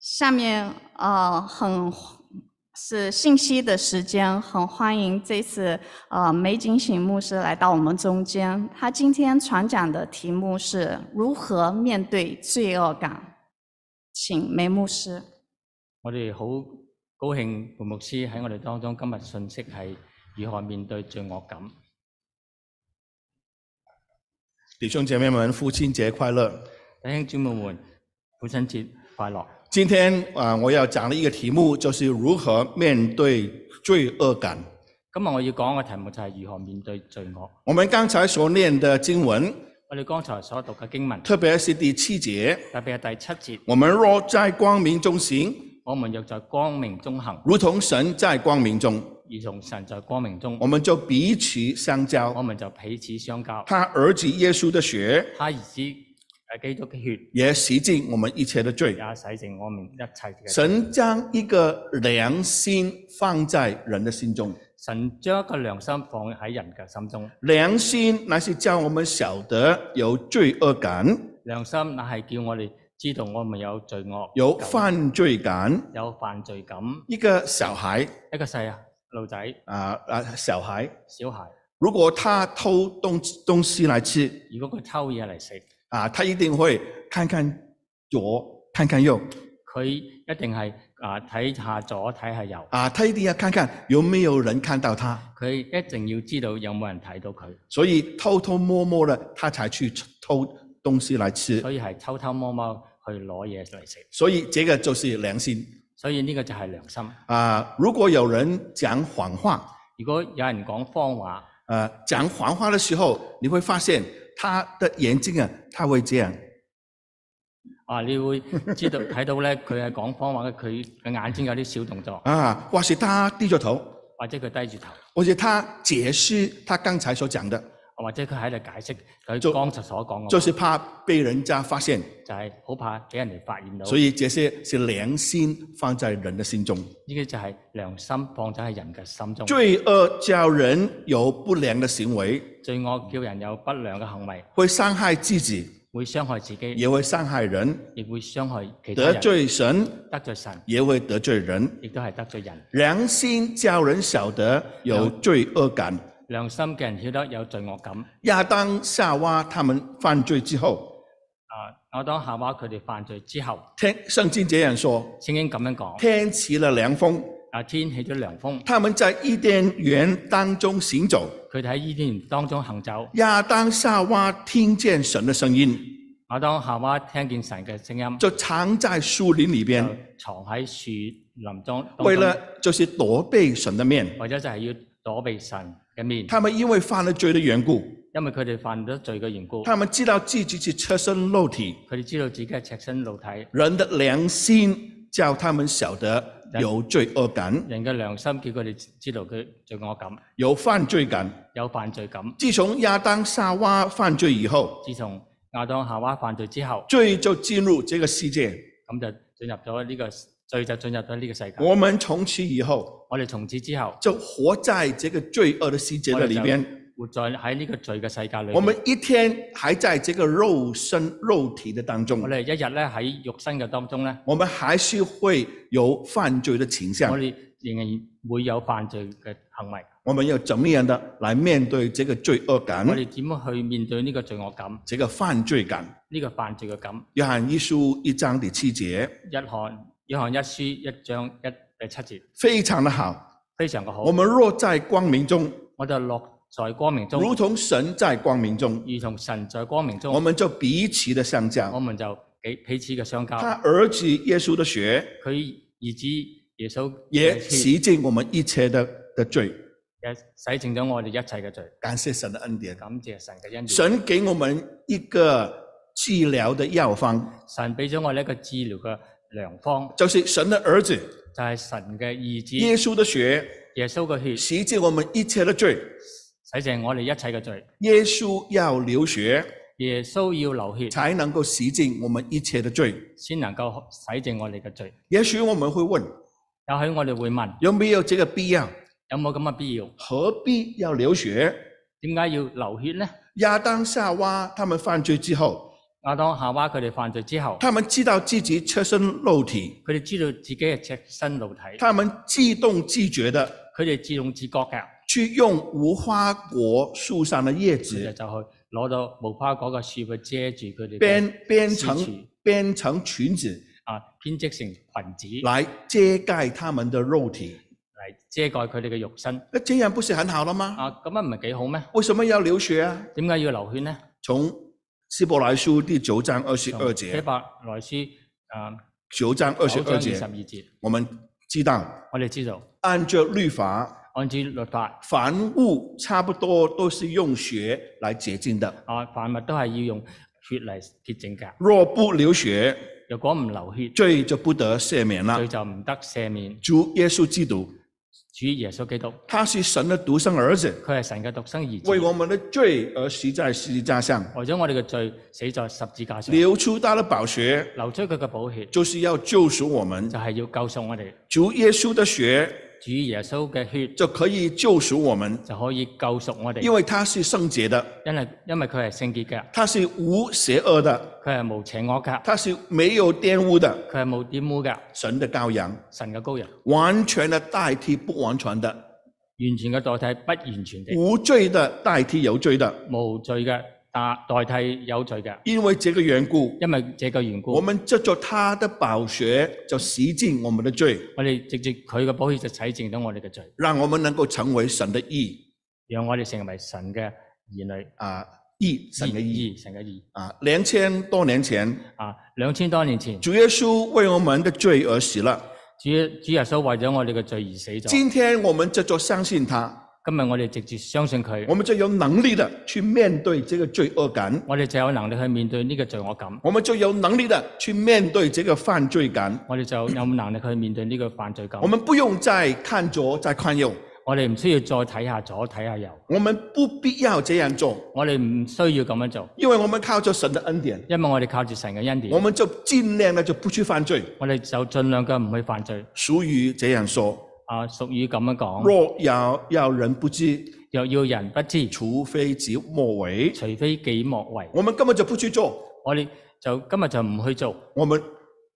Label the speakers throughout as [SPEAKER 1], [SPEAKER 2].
[SPEAKER 1] 下面呃很是信息的时间，很欢迎这次呃梅景醒牧师来到我们中间。他今天传讲的题目是如何面对罪恶感，请梅牧师。
[SPEAKER 2] 我哋好高興，胡牧師喺我哋當中今日信息係如何面對罪惡感。
[SPEAKER 3] 弟兄姐妹们，父亲节快乐！
[SPEAKER 2] 弟兄姊妹們，父親節快樂！
[SPEAKER 3] 今天啊、呃我要讲的一个题目就是如何面对罪恶感。
[SPEAKER 2] 今日我要講嘅題目就係如何面對罪惡。
[SPEAKER 3] 我们刚才所念的经文，
[SPEAKER 2] 我哋剛才所讀嘅經文，
[SPEAKER 3] 特别是第七节，
[SPEAKER 2] 特別係第七節，
[SPEAKER 3] 我們若在光明中行，
[SPEAKER 2] 我們若在光明中行，
[SPEAKER 3] 如同神在光明中，
[SPEAKER 2] 如同神在光明中
[SPEAKER 3] 我，们就彼此相
[SPEAKER 2] 我
[SPEAKER 3] 交。
[SPEAKER 2] 們就彼此相交。
[SPEAKER 3] 他儿子耶稣的血
[SPEAKER 2] 他兒子係基督嘅血，
[SPEAKER 3] 也洗净我们一切的罪。
[SPEAKER 2] 也洗淨我們一切嘅罪。
[SPEAKER 3] 神将一个良心放在人的心中，
[SPEAKER 2] 神將一個良心放喺人嘅心中，
[SPEAKER 3] 良心乃是叫我们晓得有罪恶感。
[SPEAKER 2] 良心乃係叫我哋知道我們有罪惡，
[SPEAKER 3] 有犯罪感。
[SPEAKER 2] 有犯罪感。
[SPEAKER 3] 一个小孩
[SPEAKER 2] 一個細路仔、
[SPEAKER 3] 啊啊，小孩，
[SPEAKER 2] 小孩，
[SPEAKER 3] 如果他偷东东西来吃
[SPEAKER 2] 如果佢偷嘢嚟食，
[SPEAKER 3] 啊，他一定会看看左，看看右
[SPEAKER 2] 佢一定係啊睇下左睇下右，
[SPEAKER 3] 啊，他一定要看看有没有人看到他，
[SPEAKER 2] 佢一定要知道有冇人睇到佢，
[SPEAKER 3] 所以偷偷摸摸的他才去偷东西来吃。
[SPEAKER 2] 所以係偷偷摸摸去攞嘢嚟食，
[SPEAKER 3] 所以这个就是良心
[SPEAKER 2] 所以呢個就係良心。
[SPEAKER 3] 啊。如果有人讲谎话，
[SPEAKER 2] 如果有人講謊話，
[SPEAKER 3] 呃，讲谎话的时候，你会发现他的眼睛啊，他会这样。
[SPEAKER 2] 啊，你會知 道睇到咧，佢係講謊話嘅，佢嘅眼睛有啲小動作，
[SPEAKER 3] 啊，或许他低着头，
[SPEAKER 2] 或者佢低住頭，
[SPEAKER 3] 或者他解释他刚才所讲的，
[SPEAKER 2] 或者佢喺度解釋
[SPEAKER 3] 就
[SPEAKER 2] 佢剛才所講嘅話，
[SPEAKER 3] 就是怕被人家发现，
[SPEAKER 2] 就係好怕俾人哋發現到。
[SPEAKER 3] 所以这些是良心放在人的心中。
[SPEAKER 2] 呢個就係良心放咗喺人嘅心中。
[SPEAKER 3] 罪恶叫人有不良的行为，
[SPEAKER 2] 罪惡叫人有不良嘅行為，
[SPEAKER 3] 会伤害自己，
[SPEAKER 2] 會傷害自己，
[SPEAKER 3] 也会伤害人，
[SPEAKER 2] 亦會傷害其他
[SPEAKER 3] 得
[SPEAKER 2] 人，
[SPEAKER 3] 罪神，
[SPEAKER 2] 得罪神，
[SPEAKER 3] 也会得罪人。
[SPEAKER 2] 亦都係得罪人。
[SPEAKER 3] 良心叫人晓得有罪恶感。
[SPEAKER 2] 良心嘅人曉得有罪惡感。
[SPEAKER 3] 亚当、夏娃他们犯罪之后，
[SPEAKER 2] 啊，我當夏娃佢哋犯罪之後，
[SPEAKER 3] 天圣经这样说：
[SPEAKER 2] 聖經咁樣講：
[SPEAKER 3] 天起了凉风，
[SPEAKER 2] 啊，天起咗涼風，
[SPEAKER 3] 他们在伊甸园当中行走。
[SPEAKER 2] 佢哋喺伊甸園當中行走。
[SPEAKER 3] 亚当夏娃听见神的声音，
[SPEAKER 2] 我當夏娃聽見神嘅聲音，
[SPEAKER 3] 就藏在树林里边，
[SPEAKER 2] 就藏喺樹林中。當中
[SPEAKER 3] 为了就是躲避神的面。
[SPEAKER 2] 為咗就係要躲避神嘅面，
[SPEAKER 3] 他们因为犯了罪的缘故，
[SPEAKER 2] 因為佢哋犯咗罪嘅緣故，
[SPEAKER 3] 他们知道自己是赤身露体，
[SPEAKER 2] 佢哋知道自己係赤身露體。
[SPEAKER 3] 人的良心叫他们晓得有罪恶感，
[SPEAKER 2] 人嘅良心叫佢哋知道佢罪惡感，
[SPEAKER 3] 有犯罪感。
[SPEAKER 2] 有犯罪感。
[SPEAKER 3] 自从亚当夏娃犯罪以后，
[SPEAKER 2] 自從亞當夏娃犯罪之後，
[SPEAKER 3] 罪就进入这个世界。
[SPEAKER 2] 咁就進入咗呢、個罪就進入咗呢個世界。
[SPEAKER 3] 我们从此以后
[SPEAKER 2] 我哋從此之後，
[SPEAKER 3] 就活在这个罪恶的世界
[SPEAKER 2] 我
[SPEAKER 3] 的
[SPEAKER 2] 哋就
[SPEAKER 3] 里边。
[SPEAKER 2] 活在喺呢個罪嘅世界裏面。
[SPEAKER 3] 我们一天还在这个肉身肉体的当中
[SPEAKER 2] 我，哋一日咧喺肉身嘅當中咧，
[SPEAKER 3] 我们还是会有犯罪的倾
[SPEAKER 2] 我
[SPEAKER 3] 向。
[SPEAKER 2] 哋仍然會有犯罪嘅行為。
[SPEAKER 3] 我们要怎么样的来面对这个罪恶感
[SPEAKER 2] 我，哋點樣去面對呢個罪惡感、呢、
[SPEAKER 3] 这个犯罪感？
[SPEAKER 2] 個犯罪嘅感？
[SPEAKER 3] 约翰一书一章第七节
[SPEAKER 2] 一行一行一書一章一第七節，
[SPEAKER 3] 非常的好。
[SPEAKER 2] 非常嘅好。
[SPEAKER 3] 我们若在光明中，
[SPEAKER 2] 我就落在光明中，
[SPEAKER 3] 如同神在光明中，
[SPEAKER 2] 如同神在光明中
[SPEAKER 3] 我，们就彼此的相
[SPEAKER 2] 我
[SPEAKER 3] 交。
[SPEAKER 2] 們就彼彼此嘅相交。
[SPEAKER 3] 他儿子耶稣的血
[SPEAKER 2] 佢兒子耶穌
[SPEAKER 3] 也
[SPEAKER 2] 嘅血
[SPEAKER 3] 洗净我们一切的的罪。
[SPEAKER 2] 也洗淨咗我哋一切嘅罪，
[SPEAKER 3] 感谢神的恩典，
[SPEAKER 2] 感謝神嘅恩典。
[SPEAKER 3] 神给我们一个治疗的药方。
[SPEAKER 2] 神俾咗我哋一個治療嘅良方，
[SPEAKER 3] 就是神的儿子
[SPEAKER 2] 就係、神嘅兒
[SPEAKER 3] 耶
[SPEAKER 2] 子
[SPEAKER 3] 稣的血
[SPEAKER 2] 耶穌嘅血
[SPEAKER 3] 洗净我们一切的罪。
[SPEAKER 2] 洗淨我哋一切嘅罪。
[SPEAKER 3] 耶稣要流血
[SPEAKER 2] 耶穌要流血
[SPEAKER 3] 才能够洗净我们一切的罪。
[SPEAKER 2] 先能夠洗淨我哋嘅罪。
[SPEAKER 3] 也许我们会问，
[SPEAKER 2] 也許我哋會問：
[SPEAKER 3] 有没有这个必要？
[SPEAKER 2] 有冇咁嘅必要？
[SPEAKER 3] 何必要流血？
[SPEAKER 2] 點解要流血呢？
[SPEAKER 3] 亚当夏娃他们犯罪之后，
[SPEAKER 2] 亞當夏娃佢哋犯罪之後，
[SPEAKER 3] 他们知道自己赤身露体，
[SPEAKER 2] 佢哋知道自己係赤身露體，
[SPEAKER 3] 他们自动自觉的
[SPEAKER 2] 佢哋自動自覺嘅，
[SPEAKER 3] 去用无花果树上的叶
[SPEAKER 2] 佢哋
[SPEAKER 3] 子
[SPEAKER 2] 就去攞到無花果嘅樹去遮住佢哋嘅
[SPEAKER 3] 编编
[SPEAKER 2] 是
[SPEAKER 3] 成
[SPEAKER 2] 是
[SPEAKER 3] 编成裙子
[SPEAKER 2] 啊編織成裙子
[SPEAKER 3] 来遮盖他们的肉体。
[SPEAKER 2] 嚟遮蓋佢哋嘅肉身
[SPEAKER 3] 那这样不是很好了吗？
[SPEAKER 2] 啊，咁啊唔係幾好咩？
[SPEAKER 3] 为什么要流血啊？
[SPEAKER 2] 點解要流血呢？
[SPEAKER 3] 从希伯来书第九章二十
[SPEAKER 2] 希
[SPEAKER 3] 二节，
[SPEAKER 2] 伯來書啊
[SPEAKER 3] 九章二十
[SPEAKER 2] 九章
[SPEAKER 3] 二
[SPEAKER 2] 二十二
[SPEAKER 3] 节，
[SPEAKER 2] 節，
[SPEAKER 3] 我们知道，
[SPEAKER 2] 我哋知道
[SPEAKER 3] 按照律法，
[SPEAKER 2] 按照律法
[SPEAKER 3] 凡物差不多都是用血来洁净的。
[SPEAKER 2] 啊，凡物都係要用血嚟潔淨嘅，
[SPEAKER 3] 若不流血，
[SPEAKER 2] 若果唔流血，
[SPEAKER 3] 罪就不得赦免了
[SPEAKER 2] 罪。就唔得赦免。
[SPEAKER 3] 主耶稣基督，
[SPEAKER 2] 主耶穌基督，
[SPEAKER 3] 他是神的独生儿子，
[SPEAKER 2] 佢係神嘅獨生兒子，
[SPEAKER 3] 为
[SPEAKER 2] 為
[SPEAKER 3] 我们的罪而死在十字架上，
[SPEAKER 2] 咗我哋嘅罪死在十字架上，
[SPEAKER 3] 流出他的宝血，
[SPEAKER 2] 流出佢嘅寶血，
[SPEAKER 3] 就是要救赎我们
[SPEAKER 2] 就。係要救贖我哋。
[SPEAKER 3] 主耶稣的血
[SPEAKER 2] 主耶穌嘅血
[SPEAKER 3] 就可以救赎我们，
[SPEAKER 2] 就可以救贖我哋，
[SPEAKER 3] 因为他是圣洁的，
[SPEAKER 2] 因為因為佢係聖潔嘅，
[SPEAKER 3] 他是无邪恶的。
[SPEAKER 2] 佢係無邪惡嘅，
[SPEAKER 3] 他是没有玷污的，
[SPEAKER 2] 佢係冇玷污嘅，
[SPEAKER 3] 神的羔羊，
[SPEAKER 2] 神嘅羔羊，
[SPEAKER 3] 完全的代替不完全的，
[SPEAKER 2] 完全嘅代替不完全嘅，
[SPEAKER 3] 无罪的代替有罪的。
[SPEAKER 2] 無罪嘅代代替有罪嘅，
[SPEAKER 3] 因为这个缘故，
[SPEAKER 2] 因為這個緣故
[SPEAKER 3] 我，们藉着他的宝血，就洗净我们的罪，
[SPEAKER 2] 我哋直接佢嘅寶血就洗淨咗我哋嘅罪，
[SPEAKER 3] 让我们能够成为神的义
[SPEAKER 2] 讓我哋成為神嘅兒女，
[SPEAKER 3] 啊，义神的义
[SPEAKER 2] 義，神嘅義。
[SPEAKER 3] 啊。两千多年前，
[SPEAKER 2] 啊，兩千多年前，
[SPEAKER 3] 主耶稣为我们的罪而死了。
[SPEAKER 2] 主主耶穌為咗我哋嘅罪而死咗。
[SPEAKER 3] 今天我们藉着相信他，
[SPEAKER 2] 今日我哋直接相信佢
[SPEAKER 3] 我，们就有能力的去面对这个罪恶感，
[SPEAKER 2] 我哋就有能力去面對呢個罪惡感，
[SPEAKER 3] 我们就有能力的去面对这个犯罪感。
[SPEAKER 2] 我哋就有能力去面對呢個犯罪感
[SPEAKER 3] 我。们不用再看左再看右，
[SPEAKER 2] 我哋唔需要再睇下左睇下右，
[SPEAKER 3] 我们不必要这样做，
[SPEAKER 2] 我哋唔需要咁樣做，
[SPEAKER 3] 因为我们靠着神的恩典，
[SPEAKER 2] 因為我哋靠住神嘅恩典
[SPEAKER 3] 我，们就尽量的就不去犯罪。
[SPEAKER 2] 我哋就盡量嘅唔去犯罪。
[SPEAKER 3] 俗语这样说：
[SPEAKER 2] 啊，俗語咁樣講，
[SPEAKER 3] 若要要人不知，
[SPEAKER 2] 若要人不知，
[SPEAKER 3] 除非己莫为。
[SPEAKER 2] 除非己莫為。
[SPEAKER 3] 我们根本就不去做，
[SPEAKER 2] 我哋就今日就唔去做，
[SPEAKER 3] 我们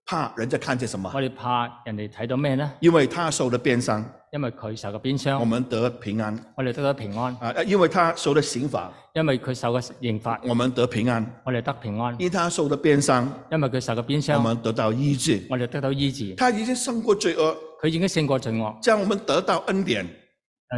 [SPEAKER 3] 怕人家看见什么
[SPEAKER 2] 我，哋怕人哋睇到咩呢？
[SPEAKER 3] 因为他受的鞭伤，
[SPEAKER 2] 因為佢受嘅鞭
[SPEAKER 3] 我
[SPEAKER 2] 傷，
[SPEAKER 3] 们得平安
[SPEAKER 2] 我哋得到平安；
[SPEAKER 3] 啊；因为他受的刑罚，
[SPEAKER 2] 因為佢受嘅刑罰，
[SPEAKER 3] 我们得平安；
[SPEAKER 2] 我哋得平安。
[SPEAKER 3] 因他受的鞭伤，
[SPEAKER 2] 因為佢受嘅鞭
[SPEAKER 3] 我
[SPEAKER 2] 傷，
[SPEAKER 3] 们得到医治。
[SPEAKER 2] 我哋得到醫治。
[SPEAKER 3] 他已经胜过罪恶，
[SPEAKER 2] 佢已經勝過罪惡，
[SPEAKER 3] 将我们得到恩典。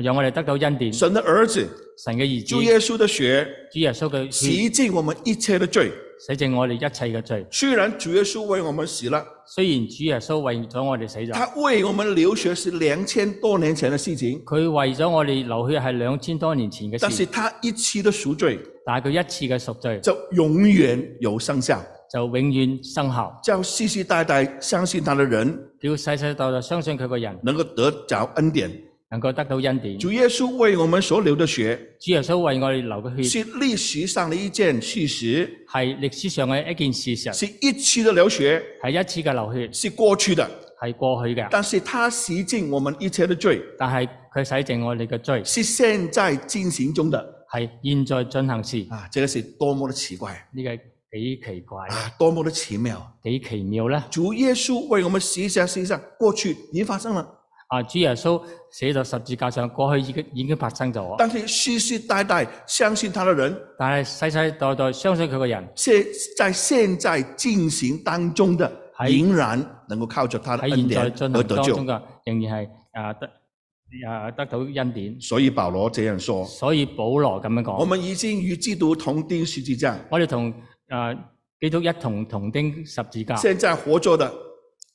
[SPEAKER 2] 讓我哋得到恩典。
[SPEAKER 3] 神的儿子
[SPEAKER 2] 神嘅兒
[SPEAKER 3] 主
[SPEAKER 2] 子
[SPEAKER 3] 耶稣的血
[SPEAKER 2] 主耶穌嘅血
[SPEAKER 3] 洗净我们一切的罪。
[SPEAKER 2] 洗淨我哋一切嘅罪。
[SPEAKER 3] 虽然主耶稣为我们死了，
[SPEAKER 2] 雖然主耶穌為咗我哋死
[SPEAKER 3] 他
[SPEAKER 2] 咗，
[SPEAKER 3] 为我们流血是两千多年前的事情，
[SPEAKER 2] 佢為咗我哋流血係兩千多年前嘅
[SPEAKER 3] 但是
[SPEAKER 2] 事，
[SPEAKER 3] 他一次的赎罪
[SPEAKER 2] 但係佢一次嘅贖罪
[SPEAKER 3] 就永远有生效，
[SPEAKER 2] 就永遠生效。
[SPEAKER 3] 叫世世代代相信他的人
[SPEAKER 2] 要世世代代相信佢個人
[SPEAKER 3] 能够得着恩典。
[SPEAKER 2] 能夠得到恩典。主
[SPEAKER 3] 主耶稣为我们所流的血
[SPEAKER 2] 耶穌為我哋流嘅血
[SPEAKER 3] 是历史上的一件事实，
[SPEAKER 2] 係歷史上嘅一件事實，
[SPEAKER 3] 是一次的流血，
[SPEAKER 2] 係一次嘅流血
[SPEAKER 3] 是过去的，
[SPEAKER 2] 係過去嘅，
[SPEAKER 3] 但是他洗净我们一切的罪，
[SPEAKER 2] 但係佢洗淨我哋嘅罪
[SPEAKER 3] 是现在进行中的。
[SPEAKER 2] 係現在進行時。
[SPEAKER 3] 啊，这个是多么的奇怪
[SPEAKER 2] 呢個幾奇怪，
[SPEAKER 3] 啊，多么的奇妙！
[SPEAKER 2] 幾奇妙呢？
[SPEAKER 3] 主耶稣为我们洗下洗下，过去已经发生了，
[SPEAKER 2] 啊，主耶穌死在十字架上，過去已經已經發生咗，
[SPEAKER 3] 但是世世代代相信他的人
[SPEAKER 2] 但係世世代代相信佢嘅人
[SPEAKER 3] 是在现在进行当中的，
[SPEAKER 2] 还
[SPEAKER 3] 仍然能够靠着他的
[SPEAKER 2] 喺
[SPEAKER 3] 恩
[SPEAKER 2] 現
[SPEAKER 3] 典
[SPEAKER 2] 在進行
[SPEAKER 3] 而得
[SPEAKER 2] 當
[SPEAKER 3] 救
[SPEAKER 2] 中。嘅，仍然係啊得啊得到恩典。
[SPEAKER 3] 所以保罗这样说：
[SPEAKER 2] 所以保羅咁樣
[SPEAKER 3] 我
[SPEAKER 2] 講，
[SPEAKER 3] 们已经与基督同钉十字架，
[SPEAKER 2] 我哋同啊基督一同同釘十字架。
[SPEAKER 3] 现在活着的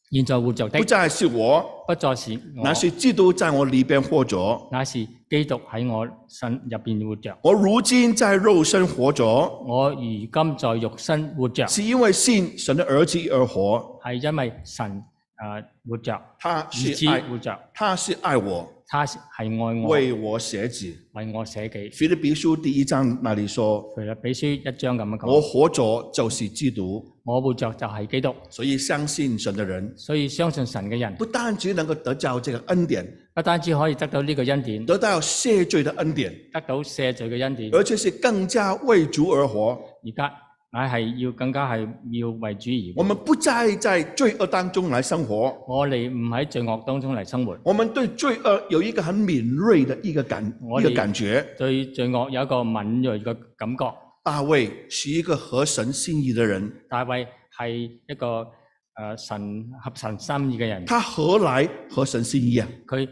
[SPEAKER 2] 現在活着的
[SPEAKER 3] 不再是我，
[SPEAKER 2] 不再是我，
[SPEAKER 3] 乃是基督在我里边活着。
[SPEAKER 2] 乃是基督喺我身入邊活着。
[SPEAKER 3] 我如今在肉身活着，
[SPEAKER 2] 我如今在肉身活着，
[SPEAKER 3] 是因为信神的儿子而活。
[SPEAKER 2] 係因為神啊、活着，
[SPEAKER 3] 他
[SPEAKER 2] 兒
[SPEAKER 3] 是爱
[SPEAKER 2] 子，活着，
[SPEAKER 3] 他是爱我，
[SPEAKER 2] 他是係愛我，
[SPEAKER 3] 为我舍己。
[SPEAKER 2] 為我捨己。
[SPEAKER 3] 腓立比书第一章那里说
[SPEAKER 2] 腓立比書一章咁樣：“
[SPEAKER 3] 我
[SPEAKER 2] 講，
[SPEAKER 3] 活着就是基督。
[SPEAKER 2] 我活着就係基督，”
[SPEAKER 3] 所以相信神的人，
[SPEAKER 2] 所以相信神嘅人
[SPEAKER 3] 不单只能够得到这个恩典，
[SPEAKER 2] 不單止可以得到呢個恩典，
[SPEAKER 3] 得到赦罪的恩典，
[SPEAKER 2] 得到赦罪嘅恩典，
[SPEAKER 3] 而且是更加为主而活，
[SPEAKER 2] 而家乃係要更加係要為主而活。
[SPEAKER 3] 我们不再在罪恶当中来生活，
[SPEAKER 2] 我哋唔喺罪惡當中嚟生活，
[SPEAKER 3] 我们对罪恶有一个很敏锐的一个感
[SPEAKER 2] 我
[SPEAKER 3] 一
[SPEAKER 2] 理
[SPEAKER 3] 个感觉。
[SPEAKER 2] 對罪惡有一個敏鋭嘅感覺。
[SPEAKER 3] 大卫是一个合神心意的人，
[SPEAKER 2] 大衛係一個誒、呃神合神心意嘅人，
[SPEAKER 3] 他何来合神心意啊？
[SPEAKER 2] 佢誒、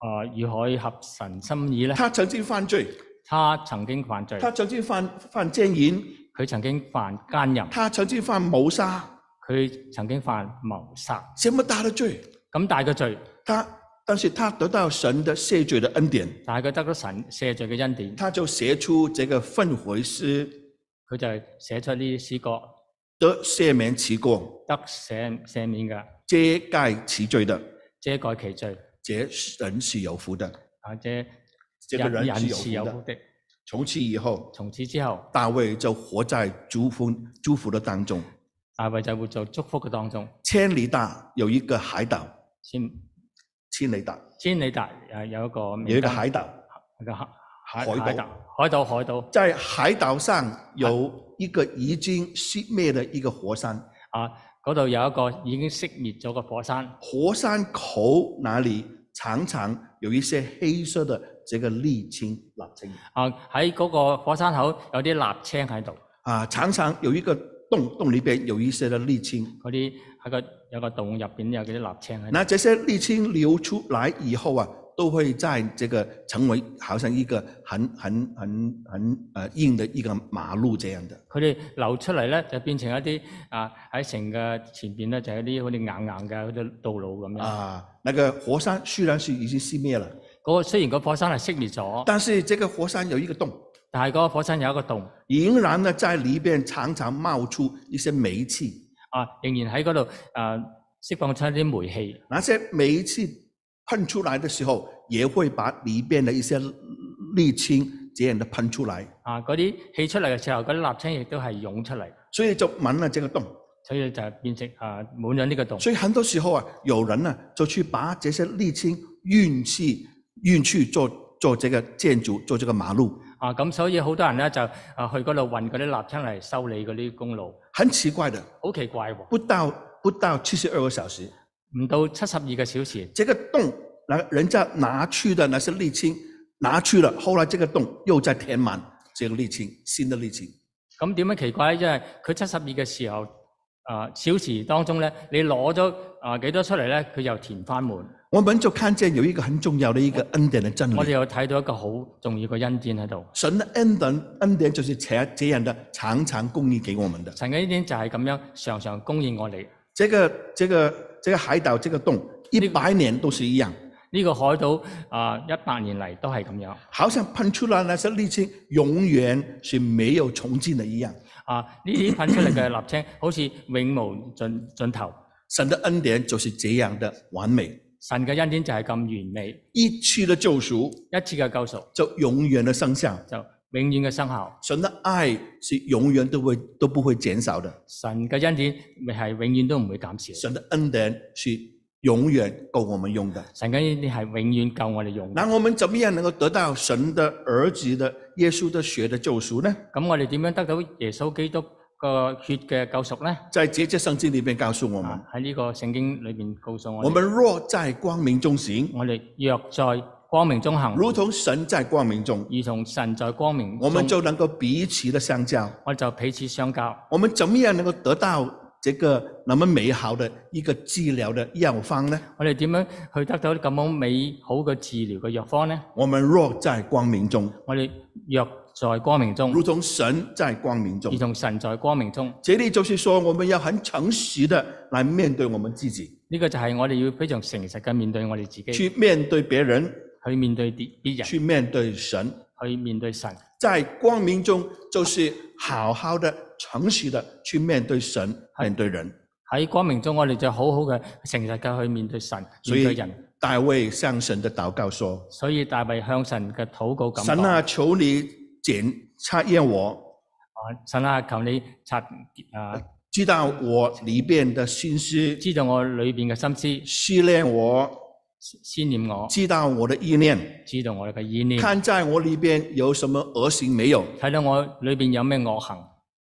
[SPEAKER 2] 呃如何合神心意呢？
[SPEAKER 3] 他曾经犯罪，
[SPEAKER 2] 他曾經犯罪，
[SPEAKER 3] 他曾经犯犯奸淫，
[SPEAKER 2] 佢曾經犯奸淫，
[SPEAKER 3] 他曾经犯谋杀，
[SPEAKER 2] 佢曾經犯謀殺。
[SPEAKER 3] 这么大的罪，
[SPEAKER 2] 咁大嘅罪，
[SPEAKER 3] 他但是他得到神的赦罪的恩典，
[SPEAKER 2] 但係佢得到神赦罪嘅恩典，
[SPEAKER 3] 他就写出这个愤悔诗，
[SPEAKER 2] 佢就係寫出呢啲詩歌，
[SPEAKER 3] 得赦免其过，
[SPEAKER 2] 得赦赦免嘅，
[SPEAKER 3] 遮盖其罪的，
[SPEAKER 2] 遮蓋其罪。
[SPEAKER 3] 这人是有福的。
[SPEAKER 2] 啊，這
[SPEAKER 3] 這個人
[SPEAKER 2] 人
[SPEAKER 3] 是有
[SPEAKER 2] 是
[SPEAKER 3] 福
[SPEAKER 2] 有
[SPEAKER 3] 的
[SPEAKER 2] 福的。
[SPEAKER 3] 从此以后，
[SPEAKER 2] 從此之後，
[SPEAKER 3] 大卫就活在祝福祝福的当中。
[SPEAKER 2] 大衛就活在祝福嘅當中。
[SPEAKER 3] 千里大有一个海岛，
[SPEAKER 2] 千
[SPEAKER 3] 千里大
[SPEAKER 2] 千里達誒有一個
[SPEAKER 3] 有一
[SPEAKER 2] 美
[SPEAKER 3] 個
[SPEAKER 2] 金
[SPEAKER 3] 海島，
[SPEAKER 2] 有個海
[SPEAKER 3] 海
[SPEAKER 2] 海
[SPEAKER 3] 島
[SPEAKER 2] 海島海島海島
[SPEAKER 3] 在海島上有一個已經熄滅的一個火山，
[SPEAKER 2] 啊！嗰度有一個已經熄滅咗嘅火山，
[SPEAKER 3] 火山口那里常常有一些黑色的这个沥青、沥青
[SPEAKER 2] 啊喺嗰個火山口有啲瀝青喺度，
[SPEAKER 3] 啊，常常有一個洞，洞里边有一些的沥青。
[SPEAKER 2] 嗰啲喺個有個洞入邊有幾啲瀝青喺度。
[SPEAKER 3] 那这些沥青流出来以后啊，都会在这个成为好像一个很很很很呃硬的一个马路这样的。
[SPEAKER 2] 佢哋流出嚟咧，就變成一啲啊喺城嘅前邊咧，就係一啲好似硬硬嘅嗰啲道路咁樣。嗰、
[SPEAKER 3] 啊，那个火山虽然是已經熄滅了，
[SPEAKER 2] 個雖然個火山係熄滅咗，
[SPEAKER 3] 但是这个火山有一个洞，
[SPEAKER 2] 但係嗰個火山有一個洞
[SPEAKER 3] 仍然呢在里边常常冒出一些煤气，
[SPEAKER 2] 啊，仍然喺嗰度啊釋放出一啲煤氣。
[SPEAKER 3] 那些煤气喷出来的时候，也会把里边的一些沥青这样的喷出来，
[SPEAKER 2] 啊，嗰啲氣出嚟嘅時候，嗰啲瀝青亦都係湧出嚟，
[SPEAKER 3] 所以就滿了这個洞。
[SPEAKER 2] 所以就變成啊滿咗呢個洞。
[SPEAKER 3] 所以很多时候啊，有人呢就去把这些沥青运去运去做做这个建筑，做这个马路，
[SPEAKER 2] 啊，咁所以好多人咧就啊去嗰度運嗰啲瀝青嚟修理嗰啲公路，
[SPEAKER 3] 很奇怪的，
[SPEAKER 2] 好奇怪喎、
[SPEAKER 3] 不到不到七十二个小时，
[SPEAKER 2] 唔到七十二個小時，
[SPEAKER 3] 这个洞，那人家拿去的那些沥青拿去了，后来这个洞又再填满这个沥青，新的沥青。
[SPEAKER 2] 咁點樣奇怪咧？因為佢七十二嘅時候啊小時當中咧，你攞咗啊幾多出嚟咧，佢又填翻滿。
[SPEAKER 3] 我们就看见有一个很重要的一个恩典的真
[SPEAKER 2] 我哋
[SPEAKER 3] 理，
[SPEAKER 2] 又睇到一個好重要嘅恩典喺度。
[SPEAKER 3] 神的恩典恩典就是这这样的常常供应给我们的。
[SPEAKER 2] 神嘅恩典就係咁樣，常常供應我哋。
[SPEAKER 3] 这个这个这个海岛这个洞，一百年都是一样，
[SPEAKER 2] 呢、個海島啊，一百年嚟都係咁樣。
[SPEAKER 3] 好像喷出来那些沥青永远是没有穷尽的一样。
[SPEAKER 2] 啊！呢啲噴出嚟嘅立青， 好似永無盡盡頭。
[SPEAKER 3] 神的恩典就是这样的完美，
[SPEAKER 2] 神嘅恩典就係咁完美，
[SPEAKER 3] 一次的救赎
[SPEAKER 2] 一次嘅救贖
[SPEAKER 3] 就永远的生效。
[SPEAKER 2] 就永遠嘅生效。
[SPEAKER 3] 神的爱是永远都会都不会减少的，
[SPEAKER 2] 神嘅恩典咪係永遠都唔會減少。
[SPEAKER 3] 神的恩典是永远够我们用的。
[SPEAKER 2] 神嘅恩典係永遠夠我哋用。
[SPEAKER 3] 那我们怎么样能够得到神的儿子的耶稣的血的救赎呢？
[SPEAKER 2] 咁我哋點樣得到耶穌基督個血嘅救贖呢？
[SPEAKER 3] 在这节圣经里面告诉我们
[SPEAKER 2] 啊，喺呢個聖經裏面告訴我
[SPEAKER 3] 我
[SPEAKER 2] 哋，
[SPEAKER 3] 们啊若在光明中行，
[SPEAKER 2] 我哋若在光明中行，
[SPEAKER 3] 如同神在光明中，
[SPEAKER 2] 如同神在光明
[SPEAKER 3] 我
[SPEAKER 2] 中，
[SPEAKER 3] 们就能够彼此的相交。
[SPEAKER 2] 我就彼此相交。
[SPEAKER 3] 我们怎么样能够得到这个那么美好的一个治疗的药方呢？
[SPEAKER 2] 我哋點樣去得到咁樣美好嘅治療嘅藥方呢？
[SPEAKER 3] 我们若在光明中，
[SPEAKER 2] 我哋若在光明中，
[SPEAKER 3] 如同神在光明中
[SPEAKER 2] 如。同神在光明中，呢、
[SPEAKER 3] 这里就是说，我们要很诚实的来面对我们自己，
[SPEAKER 2] 個就係我哋要非常誠實嘅面對我哋自己，
[SPEAKER 3] 去面对别人，
[SPEAKER 2] 去面對別別人，
[SPEAKER 3] 去面对神。
[SPEAKER 2] 去面對神。
[SPEAKER 3] 在光明中，就是好好的、诚实的去面对神、面对人。
[SPEAKER 2] 喺光明中，我哋就好好嘅誠實嘅去面對神，
[SPEAKER 3] 所
[SPEAKER 2] 面對
[SPEAKER 3] 以
[SPEAKER 2] 人。
[SPEAKER 3] 大衛向神的祷告说
[SPEAKER 2] 所以大衛向神嘅禱告：“咁
[SPEAKER 3] 神
[SPEAKER 2] 講
[SPEAKER 3] 啊，求你检查验我，
[SPEAKER 2] 啊神啊，求你察啊，
[SPEAKER 3] 知道我里边的心思，
[SPEAKER 2] 知道我裏邊嘅心
[SPEAKER 3] 试炼我，
[SPEAKER 2] 思，思念我，
[SPEAKER 3] 知道我的意念，
[SPEAKER 2] 知道我嘅意念，
[SPEAKER 3] 看在我里边有什么恶行没有，
[SPEAKER 2] 睇到我裏邊有咩惡行，